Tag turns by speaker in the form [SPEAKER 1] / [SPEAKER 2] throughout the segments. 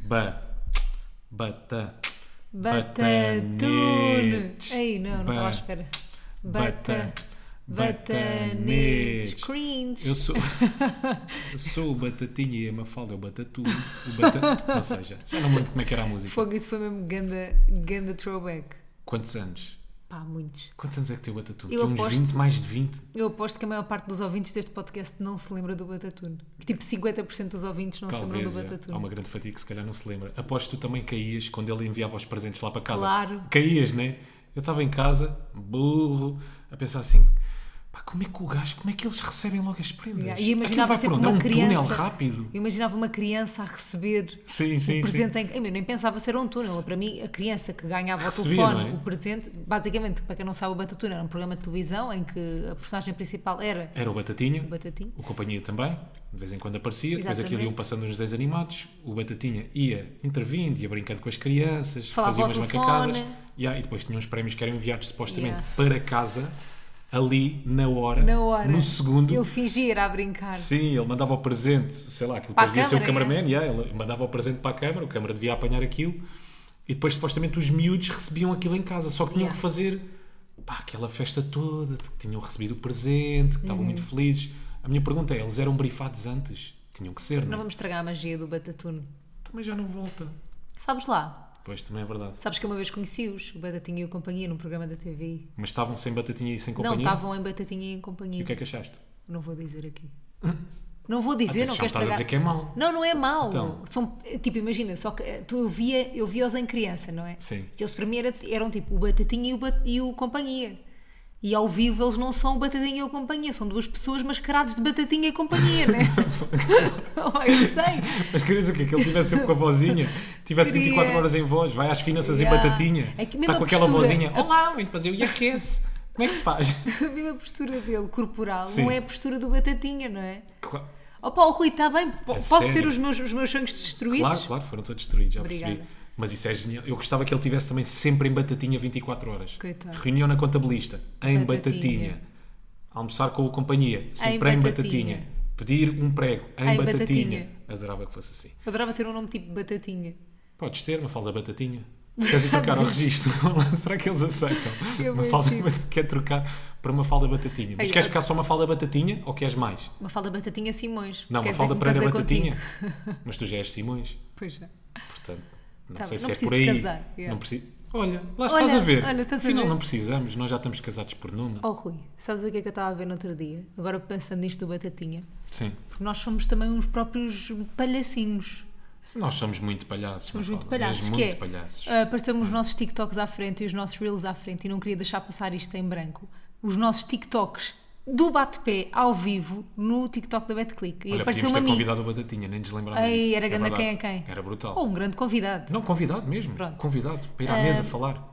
[SPEAKER 1] Ba. Bata.
[SPEAKER 2] Batatune.
[SPEAKER 1] Batanetes.
[SPEAKER 2] Ei, não, não estava à
[SPEAKER 1] Ba-
[SPEAKER 2] espera.
[SPEAKER 1] Bata.
[SPEAKER 2] Bata. Batanetes.
[SPEAKER 1] Batanetes.
[SPEAKER 2] Cringe.
[SPEAKER 1] Eu sou, eu sou o Batatinha e a Mafalda é o Batatu. O bata... Ou seja, já não me lembro como é que era a música.
[SPEAKER 2] Fogo, isso foi mesmo ganda, ganda throwback.
[SPEAKER 1] Quantos anos?
[SPEAKER 2] Pá, muitos.
[SPEAKER 1] Quantos anos é que tem o Batatune?
[SPEAKER 2] Eu
[SPEAKER 1] Tem uns
[SPEAKER 2] aposto-
[SPEAKER 1] 20, mais de 20.
[SPEAKER 2] Eu aposto que a maior parte dos ouvintes deste podcast não se lembra do Batatune. Que tipo 50% dos ouvintes não se lembram
[SPEAKER 1] Talvez,
[SPEAKER 2] do
[SPEAKER 1] é.
[SPEAKER 2] Batatune.
[SPEAKER 1] há uma grande fatia que se calhar não se lembra. Aposto que tu também caías quando ele enviava os presentes lá para casa.
[SPEAKER 2] Claro.
[SPEAKER 1] Caías, né? Eu estava em casa, burro, a pensar assim, pá, como é que o gajo, como é que eles recebem logo as prendas?
[SPEAKER 2] Yeah, e
[SPEAKER 1] Aquilo
[SPEAKER 2] imaginava
[SPEAKER 1] vai
[SPEAKER 2] sempre
[SPEAKER 1] por onde?
[SPEAKER 2] uma
[SPEAKER 1] é um túnel
[SPEAKER 2] criança-
[SPEAKER 1] rápido.
[SPEAKER 2] Eu imaginava uma criança a receber
[SPEAKER 1] Sim, sim,
[SPEAKER 2] o
[SPEAKER 1] sim.
[SPEAKER 2] presente em. Eu nem pensava ser um túnel. Para mim, a criança que ganhava o
[SPEAKER 1] Recebia,
[SPEAKER 2] telefone,
[SPEAKER 1] não é?
[SPEAKER 2] o presente, basicamente, para quem não sabe, o Batatuna era um programa de televisão em que a personagem principal era
[SPEAKER 1] Era o Batatinha,
[SPEAKER 2] o Batatinho.
[SPEAKER 1] o Companhia também, de vez em quando aparecia, depois
[SPEAKER 2] Exatamente.
[SPEAKER 1] aquilo iam passando nos desenhos animados, o Batatinha ia intervindo, ia brincando com as crianças,
[SPEAKER 2] Falava
[SPEAKER 1] fazia
[SPEAKER 2] ao
[SPEAKER 1] umas
[SPEAKER 2] telefone.
[SPEAKER 1] macacadas, Yeah, e depois tinha uns prémios que eram enviados supostamente
[SPEAKER 2] Yeah.
[SPEAKER 1] para casa, ali, na hora,
[SPEAKER 2] Na hora.
[SPEAKER 1] no segundo.
[SPEAKER 2] Ele fingia ir a brincar.
[SPEAKER 1] Sim, ele mandava o presente, sei lá, aquilo
[SPEAKER 2] Para a
[SPEAKER 1] depois devia ser o
[SPEAKER 2] câmara, é?
[SPEAKER 1] cameraman, yeah, ele mandava o presente para a câmara, o câmara devia apanhar aquilo e depois supostamente os miúdos recebiam aquilo em casa, só que tinham
[SPEAKER 2] Yeah.
[SPEAKER 1] que fazer pá, aquela festa toda, que tinham recebido o presente, que
[SPEAKER 2] Uhum.
[SPEAKER 1] estavam muito felizes. A minha pergunta é, eles eram brifados antes? Tinham que ser,
[SPEAKER 2] Não
[SPEAKER 1] não, é?
[SPEAKER 2] vamos estragar a magia do Batatune.
[SPEAKER 1] Também já não volta.
[SPEAKER 2] Sabes lá?
[SPEAKER 1] Pois, também é verdade.
[SPEAKER 2] Sabes que eu uma vez conheci-os, o Batatinha e o Companhia, num programa da TV.
[SPEAKER 1] Mas estavam sem batatinha e sem companhia?
[SPEAKER 2] Não, estavam em Batatinha e em Companhia.
[SPEAKER 1] E o que é que achaste?
[SPEAKER 2] Não vou dizer aqui. Não vou dizer,
[SPEAKER 1] Então,
[SPEAKER 2] não
[SPEAKER 1] já me estás a
[SPEAKER 2] quero estragar.
[SPEAKER 1] dizer que é mau.
[SPEAKER 2] Não, não é mau.
[SPEAKER 1] Então.
[SPEAKER 2] São, eh, tipo, imagina, só que eh, tu, eu via, eu via-os em criança, não é?
[SPEAKER 1] Sim.
[SPEAKER 2] E eles para mim era- eram tipo o Batatinha e o, Bat- e o Companhia. E ao vivo eles não são o Batatinha e o Companhia, são duas pessoas mascaradas de Batatinha e Companhia, né? oh, eu sei.
[SPEAKER 1] Mas querias o quê? Que ele estivesse sempre com a vozinha? Tivesse
[SPEAKER 2] Queria.
[SPEAKER 1] 24 horas em voz, vai às finanças
[SPEAKER 2] Yeah.
[SPEAKER 1] e batatinha.
[SPEAKER 2] É que mesmo
[SPEAKER 1] Está
[SPEAKER 2] a
[SPEAKER 1] com aquela
[SPEAKER 2] postura.
[SPEAKER 1] vozinha. Olá, vem fazer o IRS. Como é que se faz?
[SPEAKER 2] A mesma postura dele, corporal,
[SPEAKER 1] Sim.
[SPEAKER 2] não é a postura do Batatinha, não é?
[SPEAKER 1] Claro,
[SPEAKER 2] Opa, o Rui, está bem? po-
[SPEAKER 1] A
[SPEAKER 2] Posso ter
[SPEAKER 1] sério?
[SPEAKER 2] os meus, os meus sonhos destruídos?
[SPEAKER 1] claro, claro, foram todos destruídos, já percebi.
[SPEAKER 2] Obrigada.
[SPEAKER 1] Mas isso é genial. Eu gostava que ele tivesse também sempre em batatinha 24 horas.
[SPEAKER 2] Coitado.
[SPEAKER 1] Reunião na contabilista, em
[SPEAKER 2] Batatinha.
[SPEAKER 1] batatinha. Almoçar com a companhia, sempre em,
[SPEAKER 2] batatinha.
[SPEAKER 1] batatinha. Pedir um prego, em,
[SPEAKER 2] Em
[SPEAKER 1] batatinha.
[SPEAKER 2] batatinha.
[SPEAKER 1] Adorava que fosse assim.
[SPEAKER 2] Adorava ter um nome tipo Batatinha.
[SPEAKER 1] Podes ter, uma falda batatinha. Queres ir trocar ao registro? Será que eles aceitam?
[SPEAKER 2] Eu
[SPEAKER 1] Uma falda
[SPEAKER 2] imagino.
[SPEAKER 1] quer trocar para uma falda batatinha. Mas
[SPEAKER 2] Ai,
[SPEAKER 1] queres
[SPEAKER 2] eu-
[SPEAKER 1] ficar só uma falda batatinha ou queres mais?
[SPEAKER 2] Uma falda Batatinha Simões.
[SPEAKER 1] Não, uma
[SPEAKER 2] Quer dizer
[SPEAKER 1] falda
[SPEAKER 2] que me
[SPEAKER 1] Pereira
[SPEAKER 2] casei
[SPEAKER 1] batatinha.
[SPEAKER 2] contigo.
[SPEAKER 1] Mas tu já és Simões,
[SPEAKER 2] Pois é. já.
[SPEAKER 1] portanto, não
[SPEAKER 2] Tá
[SPEAKER 1] sei
[SPEAKER 2] bem, não
[SPEAKER 1] se é
[SPEAKER 2] preciso
[SPEAKER 1] por
[SPEAKER 2] de
[SPEAKER 1] aí.
[SPEAKER 2] casar, yeah.
[SPEAKER 1] Não preciso. Olha, lá
[SPEAKER 2] Olha,
[SPEAKER 1] estás a ver.
[SPEAKER 2] olha, estás a
[SPEAKER 1] Afinal,
[SPEAKER 2] ver.
[SPEAKER 1] não precisamos, nós já estamos casados por nome.
[SPEAKER 2] Oh Rui, sabes o que é que eu estava a ver no outro dia? Agora pensando nisto do Batatinha.
[SPEAKER 1] Sim.
[SPEAKER 2] Porque nós somos também uns próprios palhacinhos.
[SPEAKER 1] Nós somos muito palhaços.
[SPEAKER 2] Somos
[SPEAKER 1] Mafalda,
[SPEAKER 2] muito palhaços.
[SPEAKER 1] Mesmo
[SPEAKER 2] que
[SPEAKER 1] muito
[SPEAKER 2] é,
[SPEAKER 1] palhaços.
[SPEAKER 2] ah, apareceram os nossos TikToks à frente e os nossos Reels à frente e não queria deixar passar isto em branco. Os nossos TikToks do bate-pé ao vivo no TikTok da BetClick. E
[SPEAKER 1] Olha,
[SPEAKER 2] apareceu
[SPEAKER 1] podíamos
[SPEAKER 2] uma
[SPEAKER 1] ter
[SPEAKER 2] amiga.
[SPEAKER 1] convidado o Batatinha, nem nos lembrámos
[SPEAKER 2] Ei,
[SPEAKER 1] disso.
[SPEAKER 2] era ganda
[SPEAKER 1] verdade.
[SPEAKER 2] quem é quem?
[SPEAKER 1] Era brutal.
[SPEAKER 2] Oh, um grande convidado.
[SPEAKER 1] Não, convidado mesmo.
[SPEAKER 2] Pronto. Ah,
[SPEAKER 1] Convidado, para ir à mesa falar.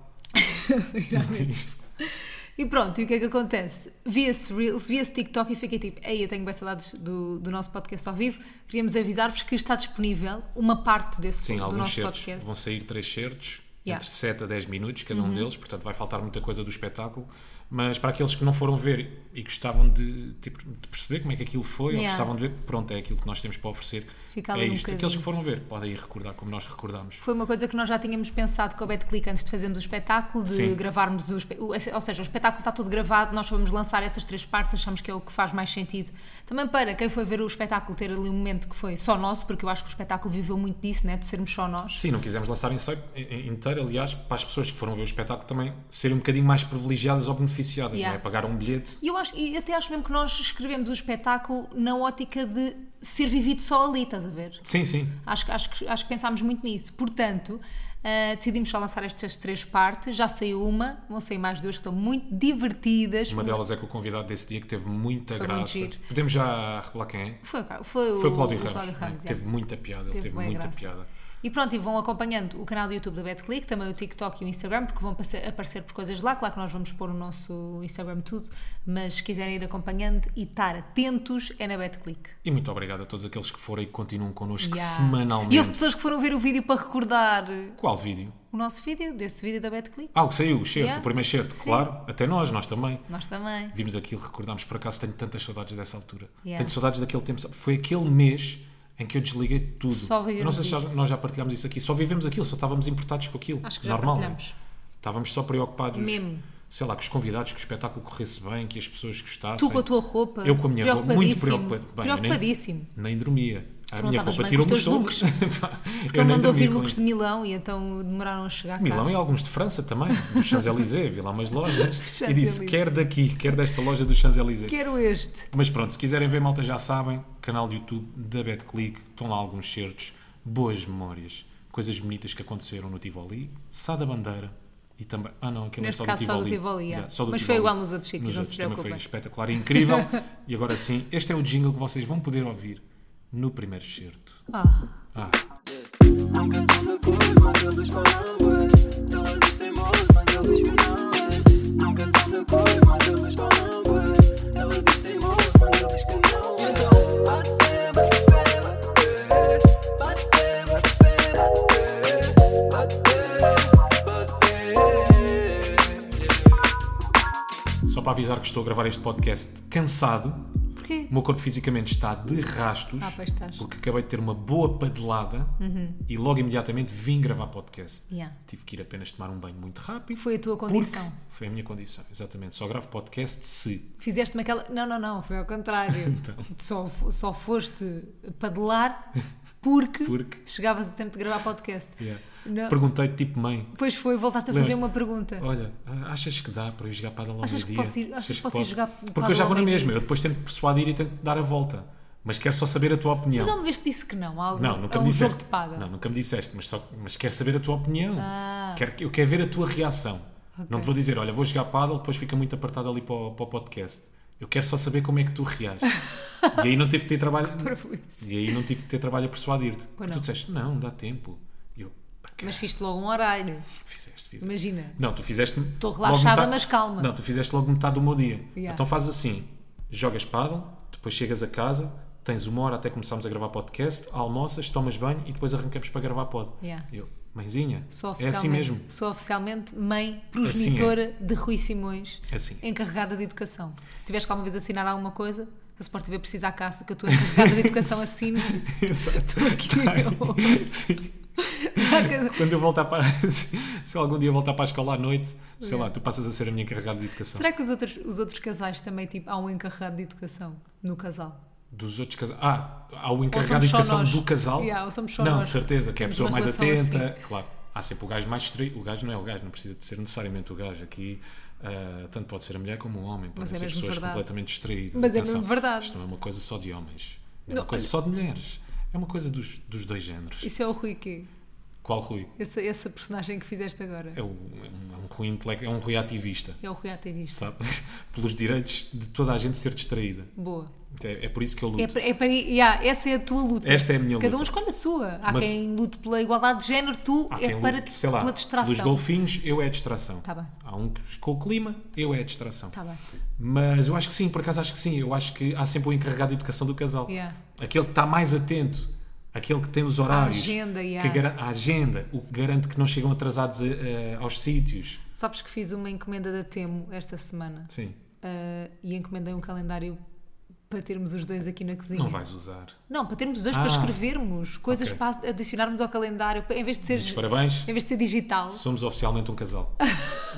[SPEAKER 2] E pronto, e o que é que acontece? Vi esse Reels, vi esse TikTok e fiquei tipo, ei, eu tenho bem saudades do, do nosso podcast ao vivo. Queríamos avisar-vos que está disponível uma parte desse
[SPEAKER 1] Sim,
[SPEAKER 2] do
[SPEAKER 1] alguns
[SPEAKER 2] nosso
[SPEAKER 1] certos.
[SPEAKER 2] podcast.
[SPEAKER 1] Vão sair três certos,
[SPEAKER 2] Yeah. Uhum.
[SPEAKER 1] entre 7 a 10 minutos, cada um deles, portanto vai faltar muita coisa do espetáculo. Mas para aqueles que não foram ver e gostavam de, tipo, de perceber como é que aquilo foi,
[SPEAKER 2] Yeah.
[SPEAKER 1] ou gostavam de ver, pronto, é aquilo que nós temos para oferecer.
[SPEAKER 2] Fica ali
[SPEAKER 1] é
[SPEAKER 2] um
[SPEAKER 1] isto. aqueles
[SPEAKER 2] bocadinho.
[SPEAKER 1] que foram ver podem ir recordar como nós recordámos.
[SPEAKER 2] Foi uma coisa que nós já tínhamos pensado com a BetClick antes de fazermos o espetáculo, de
[SPEAKER 1] Sim.
[SPEAKER 2] gravarmos o, espe- o- Ou seja, o espetáculo está todo gravado, nós só vamos lançar essas três partes, achamos que é o que faz mais sentido. Também para quem foi ver o espetáculo ter ali um momento que foi só nosso, porque eu acho que o espetáculo viveu muito disso, né? De sermos só nós.
[SPEAKER 1] Sim, não quisemos lançar em site- em- em- inteiro, aliás, para as pessoas que foram ver o espetáculo também serem um bocadinho mais privilegiadas ou beneficiadas,
[SPEAKER 2] Yeah.
[SPEAKER 1] não é? Pagar um bilhete
[SPEAKER 2] E eu acho, e até acho mesmo que nós escrevemos o espetáculo na ótica de ser vivido só ali, estás a ver?
[SPEAKER 1] Sim, sim.
[SPEAKER 2] Acho, que- acho, que- acho que pensámos muito nisso. Portanto, ah, decidimos só lançar estas três partes. Já saiu uma, vão sair mais duas que estão muito divertidas.
[SPEAKER 1] Uma delas é que o convidado desse dia que teve muita
[SPEAKER 2] Foi muito
[SPEAKER 1] graça.
[SPEAKER 2] giro.
[SPEAKER 1] Podemos já revelar quem é?
[SPEAKER 2] Foi, o Car- foi,
[SPEAKER 1] Foi o Cláudio Ramos. né?
[SPEAKER 2] Ramos, é.
[SPEAKER 1] Teve muita piada, ele
[SPEAKER 2] Teve
[SPEAKER 1] teve
[SPEAKER 2] bué
[SPEAKER 1] muita
[SPEAKER 2] graça.
[SPEAKER 1] piada.
[SPEAKER 2] E pronto, e vão acompanhando o canal do YouTube da BetClick, também o TikTok e o Instagram, porque vão passe- aparecer por coisas lá. Claro que nós vamos pôr o nosso Instagram tudo, mas se quiserem ir acompanhando e estar atentos, é na BetClick.
[SPEAKER 1] E muito obrigado a todos aqueles que foram e que continuam connosco
[SPEAKER 2] Yeah.
[SPEAKER 1] semanalmente.
[SPEAKER 2] E houve pessoas que foram ver o vídeo para recordar
[SPEAKER 1] Qual vídeo?
[SPEAKER 2] o nosso vídeo, desse vídeo da BetClick.
[SPEAKER 1] Ah, o que saiu, o certo,
[SPEAKER 2] Yeah.
[SPEAKER 1] o primeiro certo.
[SPEAKER 2] Sim.
[SPEAKER 1] Claro, até nós, nós também.
[SPEAKER 2] Nós também.
[SPEAKER 1] Vimos aquilo, recordámos por acaso, tenho tantas saudades dessa altura.
[SPEAKER 2] Yeah.
[SPEAKER 1] Tenho saudades daquele tempo. Foi aquele mês em que eu desliguei tudo.
[SPEAKER 2] Só vivemos
[SPEAKER 1] não sei se já-
[SPEAKER 2] isso.
[SPEAKER 1] nós já partilhámos isso aqui, só vivemos aquilo, só estávamos importados com aquilo.
[SPEAKER 2] Acho que já
[SPEAKER 1] Normal. não é?
[SPEAKER 2] partilhamos.
[SPEAKER 1] Estávamos só preocupados,
[SPEAKER 2] Mesmo.
[SPEAKER 1] sei lá, que os convidados, que o espetáculo corresse bem, que as pessoas gostassem.
[SPEAKER 2] Tu com a tua roupa.
[SPEAKER 1] Eu com a minha roupa, muito
[SPEAKER 2] preocupadíssimo.
[SPEAKER 1] preocupado. Bem, eu nem-
[SPEAKER 2] preocupadíssimo.
[SPEAKER 1] Nem dormia. A
[SPEAKER 2] Tu não
[SPEAKER 1] minha
[SPEAKER 2] estavas
[SPEAKER 1] roupa
[SPEAKER 2] bem com os
[SPEAKER 1] tirou-me o
[SPEAKER 2] teus
[SPEAKER 1] sono.
[SPEAKER 2] looks?
[SPEAKER 1] Porque
[SPEAKER 2] Ele mandou vir looks de Milão e então demoraram a chegar cá.
[SPEAKER 1] Milão e alguns de França também, do Champs-Élysées, vi lá umas lojas e disse:
[SPEAKER 2] Champs-Élysées.
[SPEAKER 1] quer daqui, quer desta loja do Champs-Élysées.
[SPEAKER 2] Quero este.
[SPEAKER 1] Mas pronto, se quiserem ver, malta, já sabem, canal do YouTube da BetClick, estão lá alguns certos, boas memórias, coisas bonitas que aconteceram no Tivoli, Sá da Bandeira e também. Ah, não, aquilo
[SPEAKER 2] Neste
[SPEAKER 1] é só
[SPEAKER 2] caso
[SPEAKER 1] do Tivoli.
[SPEAKER 2] só do Tivoli, é.
[SPEAKER 1] Já, só do
[SPEAKER 2] Mas foi igual nos outros sítios, não se
[SPEAKER 1] também
[SPEAKER 2] preocupem.
[SPEAKER 1] Foi espetacular e incrível. e agora sim, este é o jingle que vocês vão poder ouvir no primeiro certo.
[SPEAKER 2] Ah,
[SPEAKER 1] Ah,
[SPEAKER 3] I'm good on the court, mas eles falam, Tell eles teimosos, mas eles que não é. I'm good on the court, mas eles falam, Tell eles teimosos, mas eles que não é. Então, bate, bate, bate, bate, bate, bate, bate.
[SPEAKER 1] só para avisar que estou a gravar este podcast cansado.
[SPEAKER 2] porquê?
[SPEAKER 1] O meu corpo fisicamente está de rastos,
[SPEAKER 2] Ah, pois estás. Uhum.
[SPEAKER 1] porque acabei de ter uma boa padelada e logo imediatamente vim gravar podcast.
[SPEAKER 2] Yeah.
[SPEAKER 1] Tive que ir apenas tomar um banho muito rápido.
[SPEAKER 2] Foi a tua condição.
[SPEAKER 1] porque Foi a minha condição, exatamente. Só gravo podcast se.
[SPEAKER 2] Fizeste-me aquela. Não, não, não, foi ao contrário.
[SPEAKER 1] Então.
[SPEAKER 2] só, fo- só foste padelar porque,
[SPEAKER 1] Porque.
[SPEAKER 2] chegavas a tempo de gravar podcast.
[SPEAKER 1] Yeah.
[SPEAKER 2] Não.
[SPEAKER 1] Perguntei-te, tipo, mãe,
[SPEAKER 2] Depois foi, voltaste a
[SPEAKER 1] Lembra?
[SPEAKER 2] fazer uma pergunta.
[SPEAKER 1] olha, achas que dá para eu ir jogar para a
[SPEAKER 2] Achas
[SPEAKER 1] longa
[SPEAKER 2] que
[SPEAKER 1] dia?
[SPEAKER 2] posso ir- achas que posso ir
[SPEAKER 1] posso?
[SPEAKER 2] jogar
[SPEAKER 1] Porque eu já vou na
[SPEAKER 2] pádel ao meio-dia?
[SPEAKER 1] mesma, eu depois tento persuadir e tento dar a volta. Mas quero só saber a tua opinião.
[SPEAKER 2] Mas há uma vez te disse que não, a algum,
[SPEAKER 1] Não, nunca
[SPEAKER 2] a
[SPEAKER 1] me
[SPEAKER 2] um
[SPEAKER 1] disseste.
[SPEAKER 2] jogo de pada.
[SPEAKER 1] Não, nunca me disseste, mas, só, mas quero saber a tua opinião.
[SPEAKER 2] Ah.
[SPEAKER 1] Quero, eu quero ver a tua reação.
[SPEAKER 2] Ok.
[SPEAKER 1] Não te vou dizer, olha, vou jogar paddle, depois fica muito apertado ali para o, para o podcast. Eu quero só saber como é que tu reages. e aí não tive que ter trabalho.
[SPEAKER 2] parvoíce.
[SPEAKER 1] e aí não tive que ter trabalho a persuadir-te. Porque tu
[SPEAKER 2] não.
[SPEAKER 1] disseste, não, dá tempo. E eu, pá,
[SPEAKER 2] Mas
[SPEAKER 1] caralho,
[SPEAKER 2] fiz-te logo um horário.
[SPEAKER 1] fizeste, fizeste.
[SPEAKER 2] Imagina.
[SPEAKER 1] Não, tu fizeste. Estou
[SPEAKER 2] relaxada, mas calma.
[SPEAKER 1] Não, tu fizeste logo metade do meu dia.
[SPEAKER 2] Yeah.
[SPEAKER 1] Então fazes assim: jogas paddle, depois chegas a casa, tens uma hora até começarmos a gravar podcast, almoças, tomas banho e depois arrancamos para gravar pod.
[SPEAKER 2] Yeah.
[SPEAKER 1] Eu, mãezinha,
[SPEAKER 2] Sou
[SPEAKER 1] é assim
[SPEAKER 2] oficialmente,
[SPEAKER 1] mesmo. Assim
[SPEAKER 2] sou oficialmente mãe progenitora de Rui Simões,
[SPEAKER 1] É assim.
[SPEAKER 2] encarregada de educação. Se tiveres que alguma vez assinar alguma coisa, se a Sport TV precisar cá, que eu estou encarregada de educação, assino.
[SPEAKER 1] Exato.
[SPEAKER 2] aqui,
[SPEAKER 1] Tá aí.
[SPEAKER 2] eu.
[SPEAKER 1] Sim.
[SPEAKER 2] Tá,
[SPEAKER 1] Quando eu voltar para. Se eu algum dia voltar para a escola à noite, sei lá, tu passas a ser a minha encarregada de educação.
[SPEAKER 2] Será que os outros, os outros casais também, tipo, há um encarregado de educação no casal?
[SPEAKER 1] Dos outros casais. Ah, há o encarregado
[SPEAKER 2] somos
[SPEAKER 1] de
[SPEAKER 2] só
[SPEAKER 1] educação
[SPEAKER 2] nós.
[SPEAKER 1] do casal.
[SPEAKER 2] Yeah, ou somos só
[SPEAKER 1] não,
[SPEAKER 2] nós.
[SPEAKER 1] de certeza, que é a
[SPEAKER 2] Temos
[SPEAKER 1] pessoa
[SPEAKER 2] uma
[SPEAKER 1] mais
[SPEAKER 2] relação
[SPEAKER 1] atenta. Claro, há sempre o gajo mais distraído. O gajo não é o gajo, não precisa de ser necessariamente o gajo. Aqui, ah, tanto pode ser a mulher como o homem. Podem
[SPEAKER 2] é
[SPEAKER 1] ser
[SPEAKER 2] mesmo
[SPEAKER 1] pessoas
[SPEAKER 2] verdade.
[SPEAKER 1] completamente distraídas.
[SPEAKER 2] Mas é
[SPEAKER 1] Atenção,
[SPEAKER 2] mesmo verdade.
[SPEAKER 1] Isto não é uma coisa só de homens. Não é
[SPEAKER 2] Não,
[SPEAKER 1] uma coisa
[SPEAKER 2] olha-
[SPEAKER 1] só de mulheres. É uma coisa dos, dos dois géneros.
[SPEAKER 2] Isso é o Rui quê?
[SPEAKER 1] Qual Rui?
[SPEAKER 2] Essa, essa personagem que fizeste agora.
[SPEAKER 1] É, o, é um, é um Rui intele- é um Rui ativista,
[SPEAKER 2] É o Rui ativista.
[SPEAKER 1] sabe? Pelos direitos de toda a gente ser distraída.
[SPEAKER 2] Boa.
[SPEAKER 1] É, é por isso que eu luto.
[SPEAKER 2] É, para- é para ir- yeah, essa é a tua luta.
[SPEAKER 1] Esta é a minha
[SPEAKER 2] Cada um
[SPEAKER 1] luta.
[SPEAKER 2] escolhe a sua. Há
[SPEAKER 1] Mas-
[SPEAKER 2] quem lute pela igualdade de género, tu
[SPEAKER 1] Há
[SPEAKER 2] é
[SPEAKER 1] quem
[SPEAKER 2] para,
[SPEAKER 1] lute, sei lá,
[SPEAKER 2] pela
[SPEAKER 1] Dos
[SPEAKER 2] distração.
[SPEAKER 1] golfinhos, eu é a distração.
[SPEAKER 2] Tá bem.
[SPEAKER 1] Há um que com o clima, eu é a distração.
[SPEAKER 2] Tá bem.
[SPEAKER 1] Mas eu acho que sim, por acaso acho que sim. Eu acho que há sempre o encarregado de educação do casal.
[SPEAKER 2] Yeah.
[SPEAKER 1] Aquele que está mais atento, aquele que tem os horários.
[SPEAKER 2] agenda,
[SPEAKER 1] que
[SPEAKER 2] yeah.
[SPEAKER 1] garan- a agenda, o que garante que não chegam atrasados eh, aos sítios.
[SPEAKER 2] Sabes que fiz uma encomenda da Temo esta semana
[SPEAKER 1] Sim,
[SPEAKER 2] ah, e encomendei um calendário para termos os dois aqui na cozinha.
[SPEAKER 1] não vais usar.
[SPEAKER 2] Não, para termos os dois
[SPEAKER 1] Ah.
[SPEAKER 2] para escrevermos coisas
[SPEAKER 1] Ok.
[SPEAKER 2] para adicionarmos ao calendário, em vez de ser,
[SPEAKER 1] Mas parabéns,
[SPEAKER 2] em vez de ser digital.
[SPEAKER 1] somos oficialmente um casal.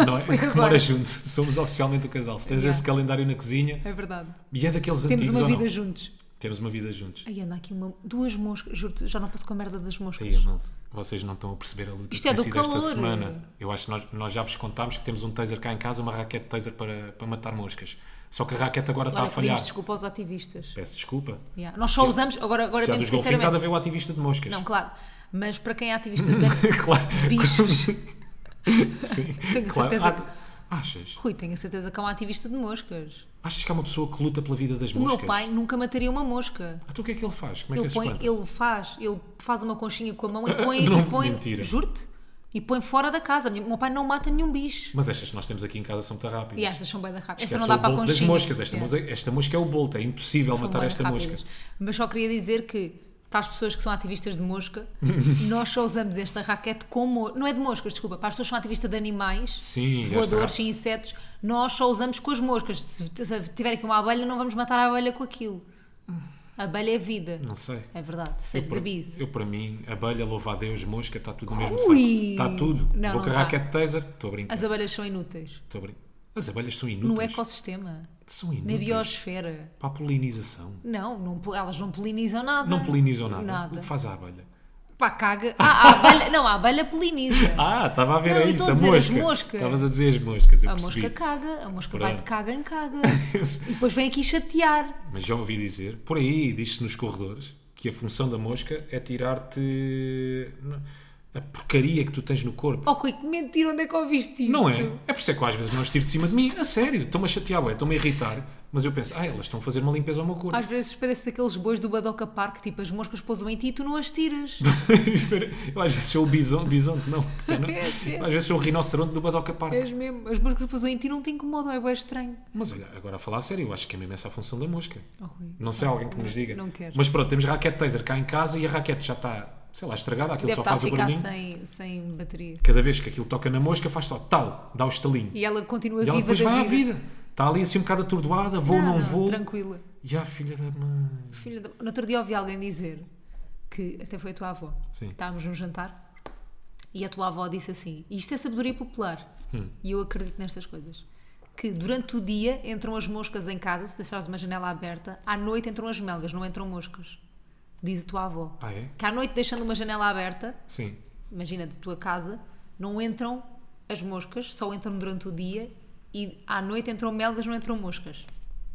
[SPEAKER 1] Não é?
[SPEAKER 2] Foi
[SPEAKER 1] Que
[SPEAKER 2] agora.
[SPEAKER 1] mora junto, somos oficialmente um casal. Se tens
[SPEAKER 2] Yeah.
[SPEAKER 1] esse calendário na cozinha
[SPEAKER 2] É verdade.
[SPEAKER 1] e é daqueles
[SPEAKER 2] Temos
[SPEAKER 1] antigos
[SPEAKER 2] uma
[SPEAKER 1] ou não?
[SPEAKER 2] vida juntos.
[SPEAKER 1] Temos uma vida juntos.
[SPEAKER 2] Aí anda aqui uma, duas moscas, juro-te, já não posso com a merda das moscas.
[SPEAKER 1] Aí, tá malta, vocês não estão a perceber a luta
[SPEAKER 2] Isto
[SPEAKER 1] que
[SPEAKER 2] é
[SPEAKER 1] tem
[SPEAKER 2] do
[SPEAKER 1] sido esta
[SPEAKER 2] calor.
[SPEAKER 1] semana. Eu acho que nós, nós já vos contámos que temos um taser cá em casa, uma raquete taser para, para matar moscas. Só que a raquete agora está
[SPEAKER 2] Agora
[SPEAKER 1] a falhar.
[SPEAKER 2] pedimos desculpa aos ativistas.
[SPEAKER 1] Peço desculpa.
[SPEAKER 2] Yeah. Nós
[SPEAKER 1] Se
[SPEAKER 2] só
[SPEAKER 1] há-
[SPEAKER 2] usamos, agora, agora
[SPEAKER 1] Se há
[SPEAKER 2] temos
[SPEAKER 1] dos golfinhos, há de
[SPEAKER 2] sinceramente.
[SPEAKER 1] haver o ativista de moscas.
[SPEAKER 2] Não, claro. Mas para quem é ativista de
[SPEAKER 1] claro.
[SPEAKER 2] bichos,
[SPEAKER 1] Sim.
[SPEAKER 2] Tenho a
[SPEAKER 1] claro.
[SPEAKER 2] certeza
[SPEAKER 1] Ah,
[SPEAKER 2] que-
[SPEAKER 1] Achas?
[SPEAKER 2] Rui, tenho a certeza que é um ativista de moscas.
[SPEAKER 1] Achas que há uma pessoa que luta pela vida das
[SPEAKER 2] O
[SPEAKER 1] moscas?
[SPEAKER 2] meu pai nunca mataria uma mosca.
[SPEAKER 1] Então o que é que ele faz? Como é que
[SPEAKER 2] Ele,
[SPEAKER 1] se
[SPEAKER 2] põe,
[SPEAKER 1] espanta?
[SPEAKER 2] ele faz, ele faz uma conchinha com a mão e põe,
[SPEAKER 1] Não,
[SPEAKER 2] e põe
[SPEAKER 1] mentira.
[SPEAKER 2] juro-te, e põe fora da casa. O meu pai não mata nenhum bicho.
[SPEAKER 1] Mas estas que nós temos aqui em casa são muito rápidas.
[SPEAKER 2] E estas são bem da rápida.
[SPEAKER 1] Esquece
[SPEAKER 2] Esta não dá
[SPEAKER 1] o
[SPEAKER 2] para a
[SPEAKER 1] bolt das
[SPEAKER 2] conchinha.
[SPEAKER 1] moscas. Esta,
[SPEAKER 2] Yeah.
[SPEAKER 1] mosca, esta mosca é o bolto. É impossível
[SPEAKER 2] São
[SPEAKER 1] matar
[SPEAKER 2] bué
[SPEAKER 1] esta
[SPEAKER 2] rápidas.
[SPEAKER 1] mosca.
[SPEAKER 2] Mas só queria dizer que, para as pessoas que são ativistas de mosca, nós só usamos esta raquete como. Não é de moscas, desculpa. Para as pessoas que são ativistas de animais,
[SPEAKER 1] Sim, esta
[SPEAKER 2] voadores
[SPEAKER 1] raquete.
[SPEAKER 2] e insetos, nós só usamos com as moscas. Se, se tiver aqui uma abelha, não vamos matar a abelha com aquilo. Abelha é vida.
[SPEAKER 1] Não sei.
[SPEAKER 2] É verdade. Save
[SPEAKER 1] eu,
[SPEAKER 2] the
[SPEAKER 1] para-
[SPEAKER 2] bees.
[SPEAKER 1] eu, para mim, abelha, é louva a Deus, mosca, está tudo no mesmo
[SPEAKER 2] Ui!
[SPEAKER 1] saco. Está tudo.
[SPEAKER 2] Não,
[SPEAKER 1] Vou
[SPEAKER 2] não
[SPEAKER 1] com a
[SPEAKER 2] tá.
[SPEAKER 1] raquete taser. Estou a brincar.
[SPEAKER 2] As abelhas são inúteis.
[SPEAKER 1] Estou a brincar. As abelhas são inúteis.
[SPEAKER 2] No ecossistema.
[SPEAKER 1] São
[SPEAKER 2] Na
[SPEAKER 1] inúteis.
[SPEAKER 2] biosfera.
[SPEAKER 1] Para a polinização.
[SPEAKER 2] Não, não po- elas não polinizam nada.
[SPEAKER 1] Não polinizam nada. O
[SPEAKER 2] Nada.
[SPEAKER 1] que faz a abelha?
[SPEAKER 2] Pá, caga. Ah, a abelha, não, a abelha poliniza.
[SPEAKER 1] Ah, estava a ver
[SPEAKER 2] Não, eu
[SPEAKER 1] aí
[SPEAKER 2] estou
[SPEAKER 1] isso,
[SPEAKER 2] a
[SPEAKER 1] a
[SPEAKER 2] dizer as
[SPEAKER 1] mosca.
[SPEAKER 2] moscas.
[SPEAKER 1] Estavas a dizer as moscas, eu
[SPEAKER 2] a
[SPEAKER 1] percebi.
[SPEAKER 2] mosca caga. A mosca vai de
[SPEAKER 1] Verdade.
[SPEAKER 2] caga em caga. E depois vem aqui chatear.
[SPEAKER 1] Mas já ouvi dizer, por aí diz-se nos corredores, que a função da mosca é tirar-te a porcaria que tu tens no corpo.
[SPEAKER 2] Oh, Rui, que mentira, onde é que ouviste isso?
[SPEAKER 1] Não é? É por isso é que eu às vezes não as tiro de cima de mim. A sério, estão-me a chatear, bué, estão-me a irritar. Mas eu penso, ah, elas estão a fazer uma limpeza ao meu corpo.
[SPEAKER 2] Às vezes parece aqueles bois do Badoca Park, tipo, as moscas pousam em ti e tu não as tiras.
[SPEAKER 1] Espera, eu às vezes sou o bison, bisonte, não. Eu não- é?
[SPEAKER 2] És, és.
[SPEAKER 1] Às vezes sou o rinoceronte do Badoca Park.
[SPEAKER 2] És mesmo. As moscas pousam em ti não te incomodam, é bem estranho.
[SPEAKER 1] Mas olha, agora a falar a sério, eu acho que é mesmo essa a função da mosca.
[SPEAKER 2] Oh, Rui.
[SPEAKER 1] Não sei, alguém que nos diga.
[SPEAKER 2] não quero.
[SPEAKER 1] Mas pronto, temos raquete taser cá em casa e a raquete já está, sei lá, estragada, aquilo
[SPEAKER 2] Deve
[SPEAKER 1] só
[SPEAKER 2] estar a
[SPEAKER 1] faz o
[SPEAKER 2] ficar
[SPEAKER 1] barulhinho.
[SPEAKER 2] sem, sem bateria.
[SPEAKER 1] Cada vez que aquilo toca na mosca faz só tal, dá o estalinho.
[SPEAKER 2] E ela continua
[SPEAKER 1] E ela
[SPEAKER 2] viva
[SPEAKER 1] depois
[SPEAKER 2] da
[SPEAKER 1] vai
[SPEAKER 2] vida.
[SPEAKER 1] à vida. Está ali assim um bocado atordoada, vou ou não, vou.
[SPEAKER 2] Tranquila.
[SPEAKER 1] E a filha da mãe.
[SPEAKER 2] Filha da... No outro dia ouvi alguém dizer que até foi a tua avó.
[SPEAKER 1] Sim.
[SPEAKER 2] Estávamos num jantar e a tua avó disse assim: e isto é sabedoria popular.
[SPEAKER 1] Hum.
[SPEAKER 2] E eu acredito nestas coisas. Que durante o dia entram as moscas em casa, se deixares uma janela aberta, à noite entram as melgas, não entram moscas. Diz a tua avó.
[SPEAKER 1] Ah, é?
[SPEAKER 2] Que à noite, deixando uma janela aberta,
[SPEAKER 1] Sim.
[SPEAKER 2] imagina, da tua casa, não entram as moscas, só entram durante o dia e à noite entram melgas, não entram moscas.